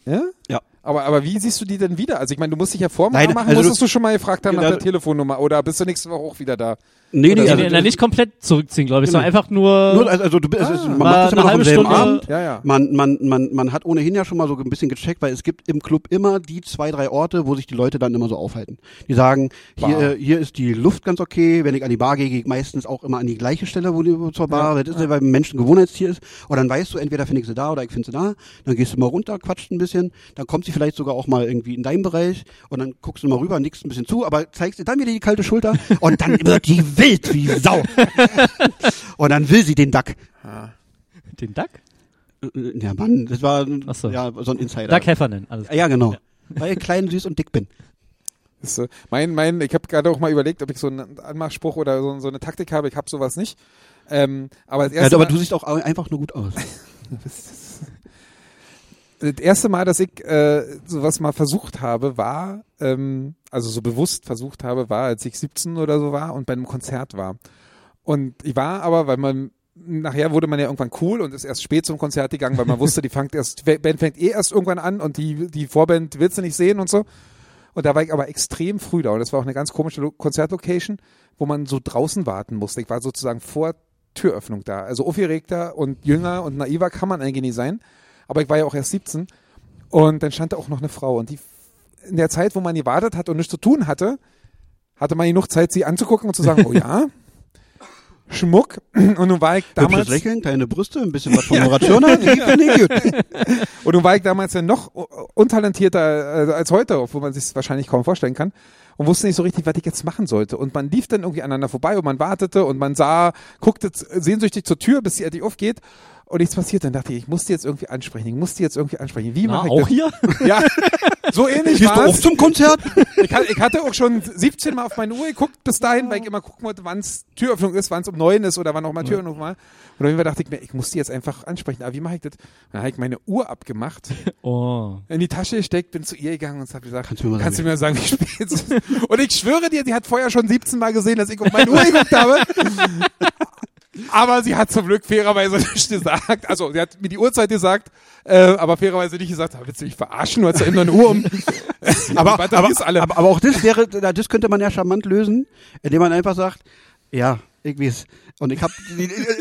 B: Ja?
A: Ja.
B: Aber, aber wie siehst du die denn wieder? Also ich meine, du musst dich ja vormachen,
A: Nein,
B: machen,
A: also
B: musstest du schon mal gefragt haben nach
A: Ja,
B: der Telefonnummer oder bist du nächste Woche auch wieder da?
A: Nee,
B: Oder
A: nee,
B: so.
A: also,
C: nee, nee, nicht komplett zurückziehen, glaube ich,
A: Nee,
C: sondern
A: nee.
B: Genau.
C: einfach nur,
A: nur, also du, bist- es ist, man
C: mal
A: macht das immer
C: Ah. eine
A: noch am
C: halbe
A: selben
C: Stunde-
A: Abend.
B: Ja, ja.
A: Man, man, man, man hat ohnehin ja schon mal so ein bisschen gecheckt, weil es gibt im Club immer die zwei, drei Orte, wo sich die Leute dann immer so aufhalten. Die sagen, hier,
B: Bar.
A: äh, hier ist die Luft ganz okay, wenn ich an die Bar gehe, gehe ich meistens auch immer an die gleiche Stelle, wo die wo zur Bar, das ist ja, weil ein Mensch ein Gewohnheitstier ist. Und dann weißt du, entweder finde ich sie da oder ich finde sie da, dann gehst du mal runter, quatscht ein bisschen, dann kommt sie vielleicht sogar auch mal irgendwie in deinem Bereich und dann guckst du mal rüber, nickst ein bisschen zu, aber zeigst ihr dann wieder die kalte Schulter und dann wird die wild wie Sau. und dann will sie den Duck.
C: den Duck?
A: Äh, Ja, Mann, das war
C: Ach so.
A: ja, so ein Insider.
C: Duck Heffernan, alles
A: ja, genau. Weil ich klein, süß und dick bin.
B: Ist, äh, mein, mein, ich habe gerade auch mal überlegt, ob ich so einen Anmachspruch oder so, so eine Taktik habe. Ich habe sowas nicht. Ähm, aber das
A: Ja,
B: erste,
A: aber du
B: mal,
A: siehst auch au- einfach nur gut aus.
B: das erste Mal, dass ich äh, sowas mal versucht habe, war, ähm, also so bewusst versucht habe, war, als ich 17 oder so war und bei einem Konzert war. Und ich war aber, weil man nachher wurde man ja irgendwann cool und ist erst spät zum Konzert gegangen, weil man wusste, die fängt erst, die Band fängt eh erst irgendwann an und die, die Vorband willst du nicht sehen und so. Und da war ich aber extrem früh da und das war auch eine ganz komische Lo- Konzertlocation, wo man so draußen warten musste. Ich war sozusagen vor Türöffnung da. Also aufgeregter und jünger und naiver kann man eigentlich nicht sein. Aber ich war ja auch erst 17 und dann stand da auch noch eine Frau und die in der Zeit, wo man gewartet hat und nichts zu tun hatte, hatte man genug Zeit, sie anzugucken und zu sagen, oh ja, Schmuck. Und nun war ich
A: Hübsches
B: damals,
A: Lächeln, kleine Brüste, ein bisschen was von Moratschona. Die finde ich gut.
B: Und nun war ich damals ja noch u- untalentierter äh, als heute, obwohl man sich wahrscheinlich kaum vorstellen kann. Und wusste nicht so richtig, was ich jetzt machen sollte. Und man lief dann irgendwie aneinander vorbei und man wartete und man sah, guckte z- sehnsüchtig zur Tür, bis sie endlich aufgeht. und nichts passiert. Dann dachte ich, ich muss die jetzt irgendwie ansprechen. Ich muss die jetzt irgendwie ansprechen. Wie
C: Na,
B: mache ich
C: auch hier?
B: das? Ja, so ähnlich
A: Gehst du auch
B: war's.
A: zum Konzert?
B: Ich, ha- ich hatte auch schon 17 Mal auf meine Uhr geguckt bis dahin, weil ich immer gucken wollte, wann es Türöffnung ist, wann es um neun ist oder wann auch mal Türöffnung war. Und auf jeden Fall dachte ich mir, ich muss die jetzt einfach ansprechen. Aber wie mache ich das? Dann habe ich meine Uhr abgemacht,
C: Oh.
B: in die Tasche gesteckt, bin zu ihr gegangen und habe gesagt,
A: Kannst du mir mal
B: kannst du
A: sagen,
B: mir sagen, wie spät es ist? Und ich schwöre dir, sie hat vorher schon 17 Mal gesehen, dass ich auf meine Uhr geguckt habe. Aber sie hat zum Glück fairerweise nicht gesagt, also sie hat mir die Uhrzeit gesagt, äh, aber fairerweise nicht gesagt, "Ah, willst du mich verarschen, du hast ja immer eine Uhr um.
A: aber,
B: Batterie
A: aber,
B: ist alle.
A: aber, aber auch das wäre, na, das könnte man ja charmant lösen, indem man einfach sagt, ja, ich weiß. Und ich habe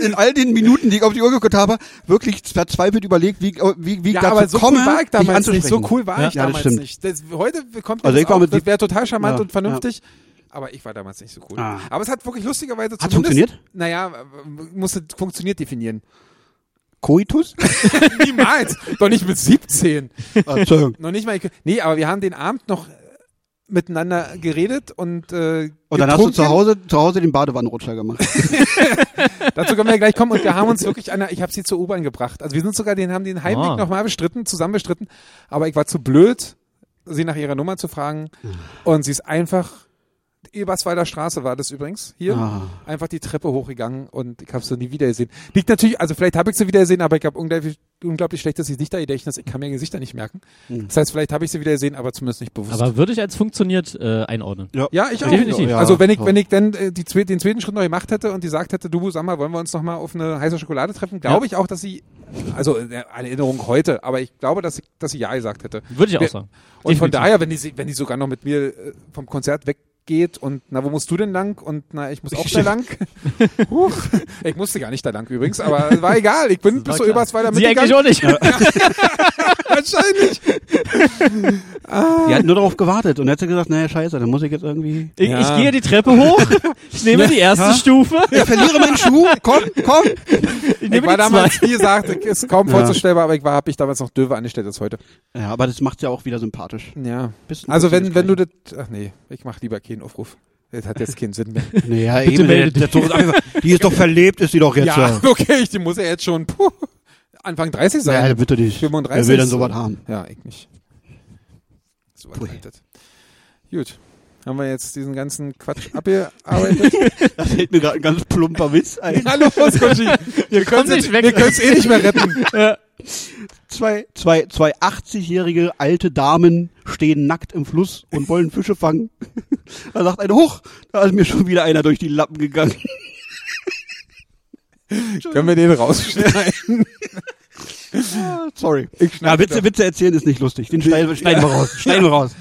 A: in all den Minuten, die ich auf die Uhr geguckt habe, wirklich verzweifelt überlegt, wie, ich- wie, wie ich
B: Ja,
A: dazu
B: aber so
A: komme,
B: cool war ich
A: dich
B: damals nicht.
A: anzusprechen.
B: So cool war
C: Ja.
B: ich
A: Ja, das
B: damals
A: stimmt.
B: nicht. Das, heute kommt mir
A: Also
B: das
A: ich war
B: auch,
A: mit
B: das wäre total charmant
A: Ja,
B: und vernünftig. Aber ich war damals nicht so cool.
A: Ah.
B: Aber es hat wirklich lustigerweise
A: Hat's
B: zumindest-
A: funktioniert?
B: Naja, musste funktioniert definieren.
A: Coitus?
B: Niemals. Doch nicht mit 17.
A: Ah, Entschuldigung.
B: Noch nicht mal. Nee, aber wir haben den Abend noch äh, miteinander geredet und äh,
A: Und dann hast du
B: getrunken.
A: zu Hause, zu Hause den Badewannenrutscher gemacht.
B: Dazu können wir gleich kommen. Und wir haben uns wirklich an der, ich habe sie zur U-Bahn gebracht. Also wir sind sogar, den haben den Heimweg
C: Ah.
B: nochmal bestritten, zusammen bestritten. Aber ich war zu blöd, sie nach ihrer Nummer zu fragen. Und sie ist einfach, Eberswalder Straße war das übrigens, hier,
A: Ah.
B: einfach die Treppe hochgegangen und ich habe sie nie wiedergesehen. Liegt natürlich, also vielleicht habe ich sie wiedergesehen, aber ich habe unglaublich, unglaublich schlechtes Gesichtergedächtnis. Ich kann mir Gesichter nicht merken. Das heißt, vielleicht habe ich sie wiedergesehen, aber zumindest nicht bewusst.
C: Hm. Aber würde ich als funktioniert äh, einordnen.
B: Ja, ich auch.
C: Definitiv.
A: Ja,
B: also wenn ich,
A: ja.
B: wenn ich dann äh, die, zwe- den zweiten Schritt noch gemacht hätte und die gesagt hätte, du, sag mal, wollen wir uns noch mal auf eine heiße Schokolade treffen, glaube ich auch, dass sie, also äh, eine Erinnerung heute, aber ich glaube, dass sie, dass sie ja gesagt hätte.
C: Würde ich auch
B: Ja.
C: sagen.
B: Und von
C: Definitiv.
B: daher, wenn die, sie- wenn die sogar noch mit mir äh, vom Konzert weggeht und na, wo musst du denn lang? Und na, ich muss auch da lang. Huch. Ich musste gar nicht da lang übrigens, aber war egal. Ich bin bis
C: War
B: so
C: klar.
B: übersweiter
C: Sie eigentlich auch nicht.
B: Wahrscheinlich.
A: Die hat nur darauf gewartet und hätte gesagt, naja, scheiße, dann muss ich jetzt irgendwie.
C: Ich,
B: Ja.
C: ich gehe die Treppe hoch, ich nehme die erste
A: Ja.
C: Stufe,
A: Ich verliere meinen Schuh, komm, komm.
C: ich
B: Ich
C: nehme
B: war
C: die zweite.
B: damals, wie gesagt, ich- ist kaum
A: Ja.
B: vorzustellbar, aber ich war, habe ich damals noch döver angestellt als heute.
A: Ja, aber das macht's ja auch wieder sympathisch.
B: Ja.
A: Bist ein
B: Also wenn,
A: lustiges
B: wenn du das. Ach nee, ich mach lieber keinen Aufruf. Das hat jetzt keinen Sinn mehr.
A: Kerlchen. Naja, eben.
C: melde
A: der- der- der- Die ist doch verlebt, ist die doch jetzt.
B: ja, okay, ich, die muss ja jetzt schon puh, Anfang 30 sein.
A: Naja, bitte nicht.
B: 35
A: Wer will denn
B: ist-
A: sowas haben?
B: Ja, ich nicht. So was
A: Pui.
B: halt das. Gut. Haben wir jetzt diesen ganzen Quatsch abgearbeitet?
A: Da fällt mir gerade ein ganz plumper Witz ein.
B: Hallo, Foskutschi. Wir können
C: nicht weg.
B: es eh nicht mehr retten.
A: Zwei, zwei, zwei 80-jährige alte Damen stehen nackt im Fluss und wollen Fische fangen. Da sagt eine, hoch, da ist mir schon wieder einer durch die Lappen gegangen.
B: können wir den rausschneiden?
A: Sorry.
B: Ich
A: Ja,
B: schneide
A: Witze, Witze erzählen ist nicht lustig. Den schneiden, wir- schneiden wir raus. Schneiden wir raus.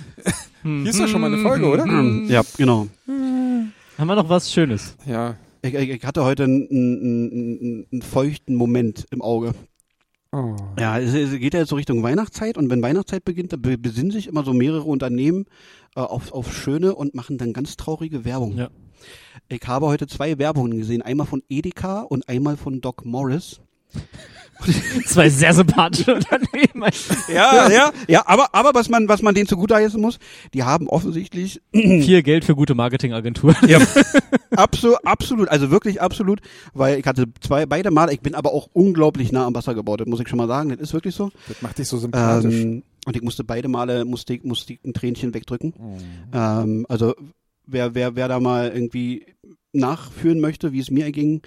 B: Hier ist doch schon mal eine Folge, oder?
A: Ja, genau.
C: Haben wir noch was Schönes?
B: Ja.
A: Ich, ich, ich hatte heute einen, einen, einen, einen feuchten Moment im Auge.
B: Oh.
A: Ja, es, es geht ja jetzt so Richtung Weihnachtszeit und wenn Weihnachtszeit beginnt, dann be- besinnen sich immer so mehrere Unternehmen äh, auf, auf schöne und machen dann ganz traurige Werbung.
C: Ja.
A: Ich habe heute zwei Werbungen gesehen, einmal von Edeka und einmal von Doc Morris.
C: Zwei sehr sympathische Unternehmen.
A: Ja, ja, ja, aber, aber was man, was man denen zugutheißen muss, die haben offensichtlich
C: Viel Geld für gute Marketingagenturen.
A: Ja. Absu absolut, also wirklich absolut, weil ich hatte zwei, beide Mal, ich bin aber auch unglaublich nah am Wasser gebaut, das muss ich schon mal sagen, das ist wirklich so.
B: Das macht dich so sympathisch.
A: Ähm, und ich musste beide Male, musste ich, musste ich ein Tränchen wegdrücken. Ähm, also wer, wer, wer da mal irgendwie nachführen möchte, wie es mir erging,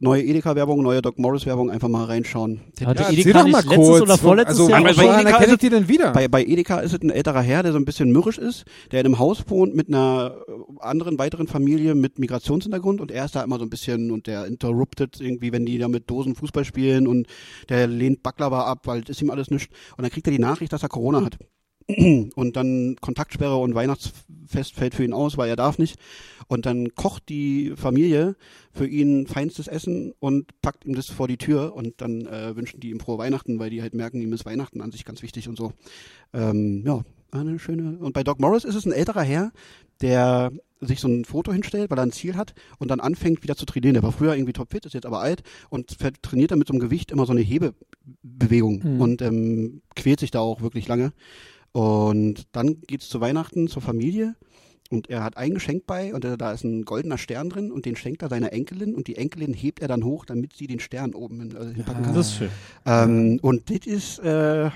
A: neue Edeka-Werbung, neue Doc Morris-Werbung, einfach mal reinschauen.
C: Hat
B: Ja,
C: die
B: erzähl
C: Edeka
B: doch
C: nicht
B: mal
C: letztes
B: kurz.
C: oder vorletztes
B: also,
C: Jahr?
A: Aber bei
B: woran
A: Edeka
B: erkenne ich
A: ist-
B: die denn wieder?
A: Bei, bei Edeka ist es ein älterer Herr, der so ein bisschen mürrisch ist, der in einem Haus wohnt mit einer äh, anderen, weiteren Familie mit Migrationshintergrund und er ist da immer so ein bisschen und der interruptet irgendwie, wenn die da mit Dosen Fußball spielen und der lehnt Baklava ab, weil das ist ihm alles nichts. Und dann kriegt er die Nachricht, dass er Corona hat. Und dann Kontaktsperre und Weihnachtsfest fällt für ihn aus, weil er darf nicht. Und dann kocht die Familie für ihn feinstes Essen und packt ihm das vor die Tür und dann äh, wünschen die ihm frohe Weihnachten, weil die halt merken, ihm ist Weihnachten an sich ganz wichtig und so. Ähm, ja, eine schöne. Und bei Doc Morris ist es ein älterer Herr, der sich so ein Foto hinstellt, weil er ein Ziel hat und dann anfängt wieder zu trainieren. Der war früher irgendwie topfit, ist jetzt aber alt und ver- trainiert dann mit so einem Gewicht immer so eine Hebebewegung
B: Mhm.
A: und ähm, quält sich da auch wirklich lange. Und dann geht's zu Weihnachten zur Familie Und er hat ein Geschenk bei und äh, da ist ein goldener Stern drin und den schenkt er seiner Enkelin und die Enkelin hebt er dann hoch, damit sie den Stern oben hin, äh, hinpacken kann.
C: Das ist schön.
A: Ähm, und das ist, äh, ja,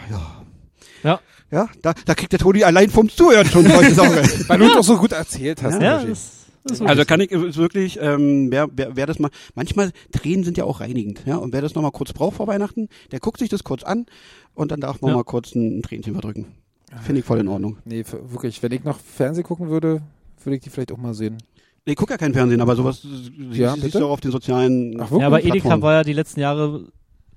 C: Ja.
A: ja, da, da kriegt der Toni allein vom Zuhören schon heute Sache.
B: Weil du doch so gut erzählt hast.
C: Ja,
B: Roger.
C: das, das
A: Also kann ich ist wirklich, ähm, wer, wer, wer das mal, manchmal Tränen sind ja auch reinigend, ja. Und wer das nochmal kurz braucht vor Weihnachten, der guckt sich das kurz an und dann darf man
C: Ja. Ah.
A: mal kurz ein, ein Tränchen verdrücken. Finde ich voll in Ordnung.
B: nee, für- wirklich. Wenn ich noch Fernsehen gucken würde, würde ich die vielleicht auch mal sehen.
A: Ich gucke ja kein Fernsehen, aber sowas sie-
B: Ja,
A: siehst
B: bitte?
A: du auch auf den sozialen.
B: Ach,
C: ja, aber Edeka
A: Plattform.
C: war ja die letzten Jahre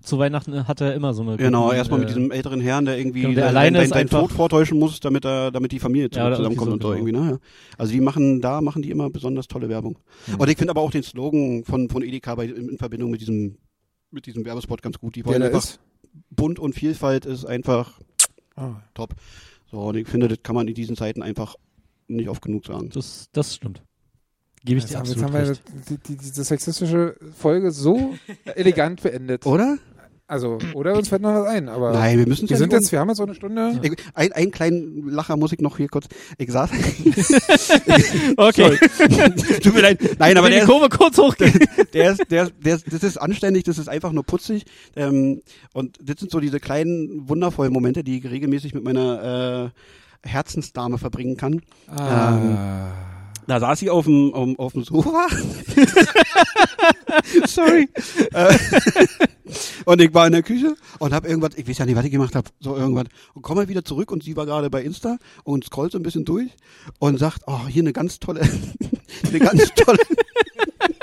C: zu Weihnachten hat er immer so eine.
A: Genau,
C: guten,
A: erstmal mit
C: äh,
A: diesem älteren Herrn, der irgendwie
C: Genau, der
A: sein-
C: alleine
A: sein,
C: ist
A: seinen Tod
C: einfach-
A: vortäuschen muss, damit er, damit die Familie
C: Ja, genau. oder
A: zusammenkommt und
C: irgendwie
A: so
C: so,
A: irgendwie, ne? Ja. Also die machen, da machen die immer besonders tolle Werbung.
C: Mhm.
A: Und ich finde aber auch den Slogan von, von Edeka bei, in in Verbindung mit diesem, mit diesem Werbespot ganz gut. Die
B: Der
A: wollen
B: da
A: einfach
B: ist.
A: Bunt und Vielfalt ist einfach
B: Ah.
A: top. So, und ich finde, das kann man in diesen Zeiten einfach nicht oft genug sagen.
C: Das, das stimmt. Gebe ich
B: Jetzt
C: dir
B: haben,
C: absolut
B: jetzt haben wir
C: recht.
B: die, die, diese sexistische Folge so elegant beendet.
A: Oder?
B: Also, oder uns fällt noch was ein, aber
A: Nein, wir müssen
B: wir
A: ja
B: sind
A: nicht
B: jetzt, wir haben jetzt so eine Stunde.
A: um- Ich, ein, einen kleinen Lacher muss ich noch hier kurz. Ich saß.
C: Okay,
A: Tut mir leid. Nein, aber
C: wenn
A: der ist,
C: die Kurve kurz hochgeht.
A: der ist, der ist, der ist, das ist anständig, das ist einfach nur putzig. Ähm, und das sind so diese kleinen, wundervollen Momente, die ich regelmäßig mit meiner äh, Herzensdame verbringen kann.
B: Ah.
A: Ähm, Da saß sie auf dem, auf, dem- auf dem Sofa. Sorry. Äh, und ich war in der Küche und habe irgendwas, ich weiß ja nicht, was ich gemacht habe, so irgendwas. Und komme wieder zurück und sie war gerade bei Insta und scrollt so ein bisschen durch und sagt, oh, hier eine ganz tolle, eine ganz tolle,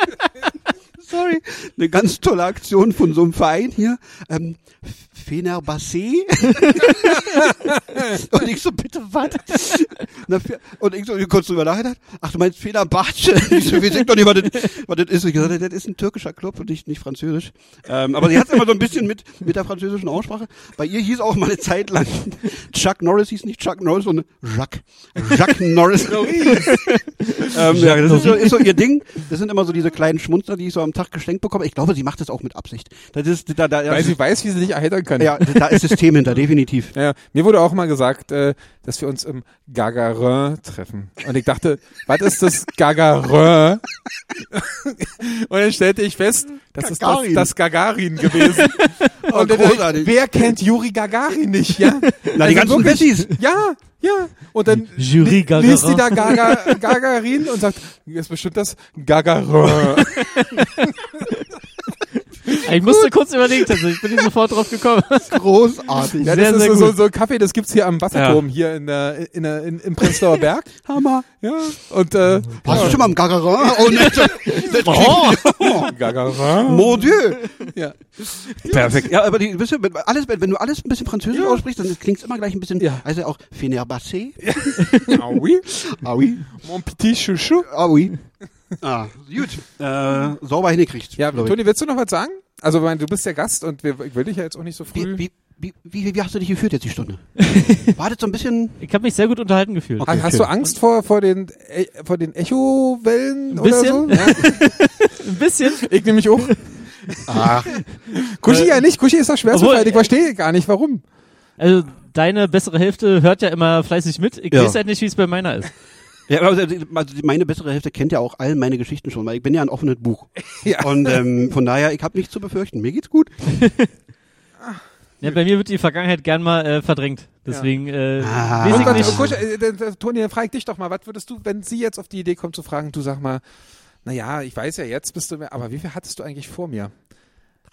A: sorry, eine ganz tolle Aktion von so einem Verein hier, ähm, Fenerbahce. und ich so, bitte, was? Na, Fe- Und ich so kurz drüber nachgedacht, ach du meinst Fenerbahce? Ich so, wir sind doch nicht, was das, was das ist. Ich gesagt, das ist ein türkischer Club und nicht, nicht französisch. Ähm, aber sie hat immer so ein bisschen mit, mit der französischen Aussprache. Bei ihr hieß auch mal eine Zeit lang, Chuck Norris hieß nicht Chuck Norris, sondern Jacques. Jacques Norris. ähm, ja, das ist so, ist so ihr Ding. Das sind immer so diese kleinen Schmunzler, die ich so am Tag geschenkt bekomme. Ich glaube, sie macht das auch mit Absicht. Das ist, da, da,
B: Weil sie weiß, wie sie dich erheitern kann.
A: ja, da ist System hinter, definitiv.
B: Ja, mir wurde auch mal gesagt, äh, dass wir uns im Gagarin treffen. Und ich dachte, was ist das Gagarin? Und dann stellte ich fest, das ist das,
A: Gagarin.
B: das Gagarin gewesen.
A: Oh,
B: Und dann dachte ich,
A: großartig.
B: wer kennt Juri Gagarin nicht, ja?
A: Na, die ganzen Bessis.
B: Ja, ja. Und dann
C: Juri Gagarin.
B: liest die da Gaga, Gagarin und sagt, das ist bestimmt das Gagarin.
C: Ich musste kurz überlegen, tatsächlich. Ich bin nicht sofort drauf gekommen.
A: Großartig.
B: Ja,
C: Sehr,
B: das
C: sehr
B: ist so,
C: gut.
B: so ein Kaffee, das gibt's hier am Wasserturm, hier in, der, in, der, in, im Prenzlauer Berg.
A: Hammer.
B: Ja. Und äh,
A: Hast du schon mal im Gagarin? Oh, ne, das, das
B: Gagarin.
A: Oh. Mon Dieu.
B: Ja.
A: Perfekt. Ja, aber die, bist du, wenn- alles, wenn wenn du alles ein bisschen französisch
B: Ja.
A: aussprichst, dann klingt es immer gleich ein bisschen,
B: Ja.
A: also auch Fenerbahce.
B: Ah oui.
A: Ah oui.
B: Mon petit chouchou.
A: Ah oui. Ah, gut. Äh, sauber hingekriegt.
B: Ja,
A: glaub ich.
B: Toni, willst du noch was sagen? Also, ich meine, du bist der Gast und wir, ich will dich ja jetzt auch nicht so früh.
A: Wie, wie, wie, wie, wie hast du dich gefühlt jetzt die Stunde? War das so ein bisschen,
C: Ich habe mich sehr gut unterhalten gefühlt.
A: Okay.
B: Ha- Hast du Angst vor, vor den, E- vor den Echo-Wellen
C: Ein
B: oder so?
C: bisschen.
B: Ja.
C: Ein bisschen.
B: Ich nehme mich um.
A: ach,
B: Kuschi ja nicht. Kuschi ist das schwerste
C: Äh, Obwohl, äh,
B: Fall. Ich verstehe gar nicht, warum.
C: Also deine bessere Hälfte hört ja immer fleißig mit. Ich
A: Ja.
C: weiß halt nicht, wie es bei meiner ist.
A: Ja, aber also also meine bessere Hälfte kennt ja auch all meine Geschichten schon, weil ich bin ja ein offenes Buch.
B: Ja.
A: Und ähm, von daher, ich habe nichts zu befürchten. Mir geht's gut.
C: Ja, bei mir wird die Vergangenheit gern mal äh, verdrängt. Deswegen äh,
A: Ah.
C: weiß
B: Und dann,
C: ich nicht.
B: Kuschi, äh, dann- dann, Toni, dann frage ich dich doch mal, was würdest du, wenn sie jetzt auf die Idee kommt zu fragen, du sag mal, naja, ich weiß ja, jetzt bist du mir, aber wie viel hattest du eigentlich vor mir?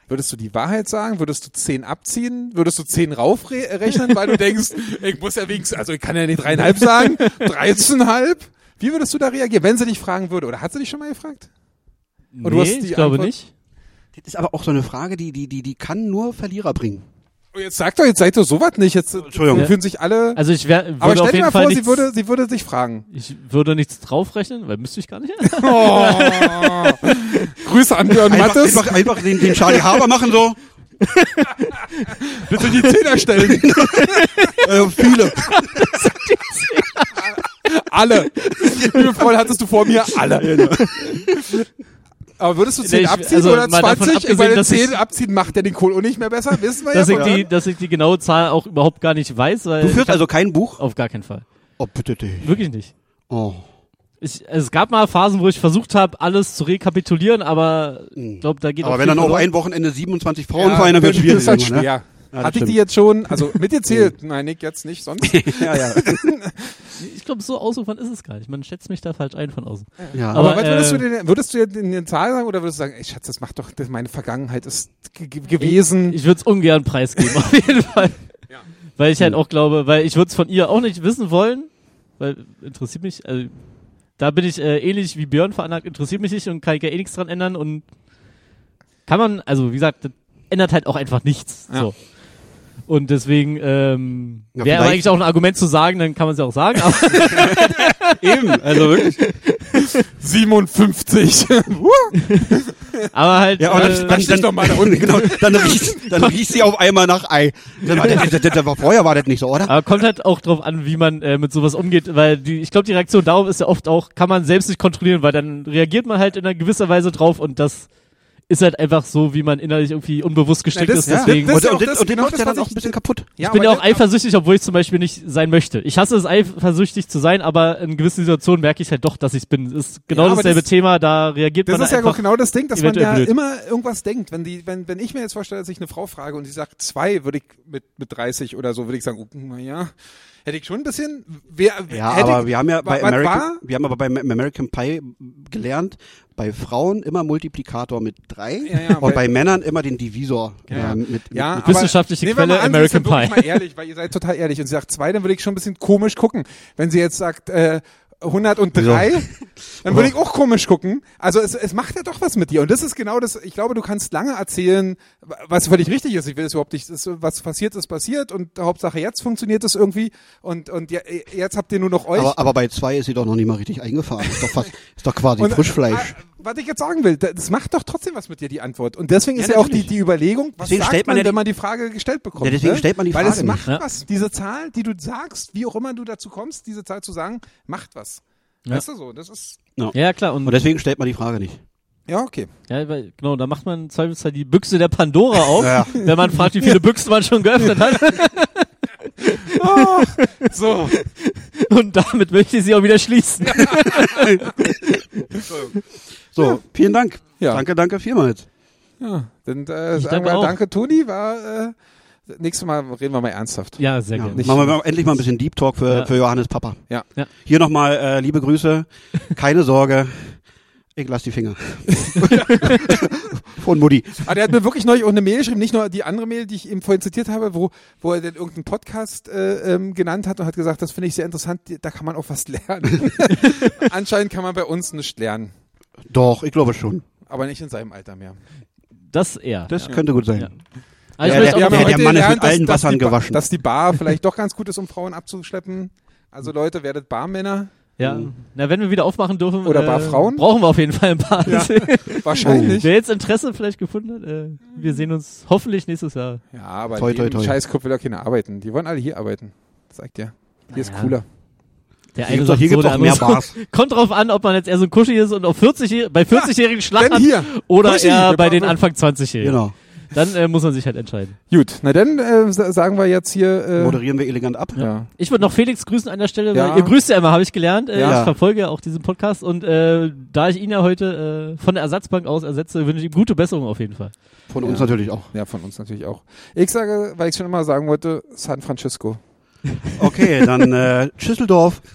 B: Würdest du die Wahrheit sagen? Würdest du 10 abziehen? Würdest du 10 raufrechnen, weil du denkst, ich muss ja wenigstens, also ich kann ja nicht dreieinhalb sagen, 13,5? Wie würdest du da reagieren, wenn sie dich fragen würde? Oder hat sie dich schon mal gefragt?
C: Nee,
B: Und du hast die
C: ich glaube
B: Antwort-
C: nicht.
A: Das ist aber auch so eine Frage, die, die, die, die kann nur Verlierer bringen.
B: Oh, jetzt sag doch, jetzt seid ihr sowas nicht. Jetzt äh,
A: Entschuldigung.
B: fühlen sich alle.
C: Also ich wär, würde
B: Aber stell
C: auf
B: dir
C: jeden
B: mal
C: Fall
B: vor, sie
C: nichts,
B: würde, sie würde dich fragen.
C: ich würde nichts draufrechnen, weil müsste ich gar nicht.
B: Oh. Grüße an Björn
A: Einfach,
B: Mattes.
A: einfach, einfach den, den Charlie Haber machen so.
B: Bitte die Zehner stellen.
A: Äh, viele.
B: alle. Wie voll hattest du vor mir? Alle.
A: genau.
B: Aber würdest du 10
C: Nee, ich-
B: abziehen
C: also
B: oder
C: mal davon
B: 20? Ich
C: abgesehen,
B: meine,
C: dass ich-
B: 10 abziehen macht ja den Kohl auch nicht mehr besser, wissen wir
C: dass,
B: ja.
C: ich
B: von-
C: die, dass ich die genaue Zahl auch überhaupt gar nicht weiß, weil
A: Du führst
C: ich hab-
A: also kein Buch?
C: auf gar keinen Fall.
A: Oh, bitte dich.
C: Wirklich nicht.
A: Oh.
C: Ich, also es gab mal Phasen, wo ich versucht habe, alles zu rekapitulieren, aber ich glaube, da geht auch
A: Hm. Aber wenn
C: viel
A: dann auf
C: verloren.
A: ein Wochenende 27 Frauen fallen, dann wird es schwierig.
B: ist halt
A: irgendwann,
B: schwer.
A: ne? Ja, das
B: Hatte ich die
A: stimmt.
B: jetzt schon? Also mitgezählt? Nein, Nick, jetzt nicht, sonst.
A: Ja, ja.
C: Ich glaube, so ausufern ist es gar nicht. Man schätzt mich da falsch ein von außen.
A: ja.
B: Aber,
C: Aber,
B: was würdest du
C: äh,
B: denn, würdest du dir eine Zahl sagen oder würdest du sagen, ey Schatz, das macht doch, das, meine Vergangenheit ist ge- ge- gewesen.
C: Ich würde es ungern preisgeben, auf jeden Fall. Weil ich halt
A: Hm.
C: auch glaube, weil ich würde es von ihr auch nicht wissen wollen, weil interessiert mich, also da bin ich äh, ähnlich wie Björn veranlagt, interessiert mich nicht und kann ich ja eh nichts dran ändern und kann man, also wie gesagt, das ändert halt auch einfach nichts.
B: Ja.
C: So. Und deswegen ähm,
A: Ja,
C: wäre
A: vielleicht-
C: eigentlich auch ein Argument zu sagen, dann kann man es ja auch sagen, aber
A: Eben, also wirklich.
B: 57.
C: Aber halt.
A: Ja, aber
C: äh,
A: dann, dann,
B: dich
A: dann,
B: doch mal da unten.
A: genau, dann riecht, dann riecht sie auf einmal nach Ei. Dann, war- das, das, das war, vorher war das nicht so, oder?
C: aber kommt halt auch drauf an, wie man äh, mit sowas umgeht, weil die, ich glaube, die Reaktion darauf ist ja oft auch, kann man selbst nicht kontrollieren, weil dann reagiert man halt in einer gewisser Weise drauf und das ist halt einfach so, wie man innerlich irgendwie unbewusst gestrickt
B: das-
C: ist.
B: ja.
C: Deswegen.
B: Das
A: und,
B: ist ja auch
A: und,
B: das-
A: und den
B: genau
A: macht
B: das,
A: ja
B: was
A: dann auch
B: ich-
A: ein bisschen kaputt.
B: ja,
C: ich bin ja
B: aber
C: auch eifersüchtig, obwohl ich zum Beispiel nicht sein möchte. Ich hasse es, eifersüchtig zu sein, aber in gewissen Situationen merke ich halt doch, dass ich es bin. Es ist
B: Ja,
C: genau
B: aber
C: dasselbe
B: das-
C: Thema, da reagiert
B: Das
C: man
B: ist ja auch
C: einfach.
B: genau das Ding, dass man
C: eventuell
B: ja
C: blöd.
B: immer irgendwas denkt. Wenn, die, wenn, wenn ich mir jetzt vorstelle, dass ich eine Frau frage und sie sagt zwei, würde ich mit, mit 30 oder so, würde ich sagen, oh, naja, hätte ich schon ein bisschen. Wer,
A: Ja,
B: hätte
A: aber
B: ich,
A: wir haben ja bei
B: wa- was
A: American,
B: war?
A: wir haben aber bei American Pie gelernt, bei Frauen immer Multiplikator mit drei
B: Ja, ja,
A: und
B: bei-
A: bei Männern immer den Divisor
B: Ja,
A: ähm,
B: ja.
A: mit,
B: Ja,
A: mit,
B: aber-
A: mit
C: Wissenschaftliche
B: nehmen wir mal
C: Quelle,
B: an, sie ist
C: American
B: dann wirklich
C: Pie.
B: Mal ehrlich, weil ihr seid total ehrlich. Und sie sagt zwei, dann würde ich schon ein bisschen komisch gucken. Wenn sie jetzt sagt äh, 103, dann würde ich auch komisch gucken. Also es, es macht ja doch was mit dir. Und das ist genau das. Ich glaube, du kannst lange erzählen, wa- was völlig richtig ist. Ich will es überhaupt nicht. Das, ist, was passiert ist, passiert. Und Hauptsache jetzt funktioniert es irgendwie. Und und ja, jetzt habt ihr nur noch euch.
A: aber, aber bei zwei ist sie doch noch nicht mal richtig eingefahren. Ist doch fast, ist doch quasi
B: Und,
A: Frischfleisch.
B: äh, Was ich jetzt sagen will, da- das macht doch trotzdem was mit dir, die Antwort. Und deswegen
A: Ja,
B: ist ja auch die,
A: natürlich.
B: die Überlegung, was
A: Deswegen
B: sagt
A: stellt
B: man,
A: man ja
B: wenn
A: die-
B: man die Frage gestellt bekommt.
A: Ja, deswegen
B: ne?
A: stellt man die
B: Weil es
A: Frage
B: macht
C: nicht, ne?
B: was. Diese Zahl, die du sagst, wie auch immer du dazu kommst, diese Zahl zu sagen, macht was.
C: Ja.
B: Weißt du so? Das ist.
C: Ja, klar. Und
A: Und deswegen stellt man die Frage nicht.
B: Ja, okay.
C: Ja, weil, genau, da macht man im Zweifelsfall die Büchse der Pandora auf,
A: Ja.
C: wenn man fragt, wie viele Büchsen man schon geöffnet hat.
B: So.
C: Und damit möchte ich sie auch wieder schließen.
A: So, vielen Dank.
B: Ja.
A: Danke, danke vielmals.
B: ja. Dann äh,
C: Ich
B: sagen
C: danke
B: wir
C: auch.
B: danke, Toni. War, äh, nächstes Mal reden wir mal ernsthaft.
C: Ja, sehr
A: Ja,
C: gerne.
A: machen wir mal, endlich mal ein bisschen Deep Talk für,
C: Ja.
A: für Johannes Papa.
B: Ja.
C: Ja.
A: Hier nochmal äh, liebe Grüße. Keine Sorge. Ich lass die Finger. Von Mutti.
B: Ah, der hat mir wirklich neulich auch eine Mail geschrieben, nicht nur die andere Mail, die ich eben vorhin zitiert habe, wo, wo er denn irgendeinen Podcast äh, ähm, genannt hat und hat gesagt, das finde ich sehr interessant, die- da kann man auch was lernen. Anscheinend kann man bei uns nicht lernen,
A: Doch, ich glaube schon.
B: aber nicht in seinem Alter mehr.
C: Das eher.
A: Das könnte gut sein.
C: Ja.
A: Ja,
C: Also ich möchte
A: der-
C: auch
A: der-
C: noch,
B: heute
A: Mann ist mit
B: gelernt, dass-
A: allen
B: dass die
A: Wassern
B: Ba-
A: gewaschen.
B: Dass die Bar vielleicht doch ganz gut ist, um Frauen abzuschleppen. Also Leute, werdet Barmänner.
C: ja. Na, wenn wir wieder aufmachen dürfen,
B: Oder
C: äh,
B: Barfrauen?
C: brauchen wir auf jeden Fall ein paar.
B: Ja. Wahrscheinlich.
C: Wer jetzt Interesse vielleicht gefunden hat, äh, wir sehen uns hoffentlich nächstes Jahr.
B: Ja, aber
A: Oh. Toi,
B: toi,
A: toi, toi.
B: Scheißkopf will ja keiner arbeiten. Die wollen alle hier arbeiten, sagt ihr. Hier ist
C: Naja.
B: cooler.
A: Hier
C: Der eine
A: gibt's auch,
C: sagt
A: hier
C: so,
A: gibt's
C: der
A: auch
C: andere
A: mehr
C: so.
A: Bars.
C: Kommt drauf an, ob man jetzt eher so ein Kuschi ist und auf 40 bei 40-jährigen Schlag
B: Denn hier.
C: oder
B: Kuschi,
C: eher
B: wir
C: bei
B: brauchen-
C: den Anfang 20-jährigen.
A: Genau.
C: Dann äh, muss man sich halt entscheiden.
B: Gut, na dann äh, sa- sagen wir jetzt hier. Äh,
A: Moderieren wir elegant ab.
B: ja.
C: Ich würde noch Felix grüßen an der Stelle, weil
B: Ja.
C: ihr grüßt ja immer, habe ich gelernt. Äh,
A: Ja.
C: Ich verfolge ja auch diesen Podcast und äh, da ich ihn ja heute äh, von der Ersatzbank aus ersetze, wünsche ich ihm gute Besserung auf jeden Fall.
A: Von uns natürlich auch.
B: Ja, von uns natürlich auch. Ich sage, weil ich schon immer sagen wollte, San Francisco.
A: Okay, dann äh, Schüsseldorf.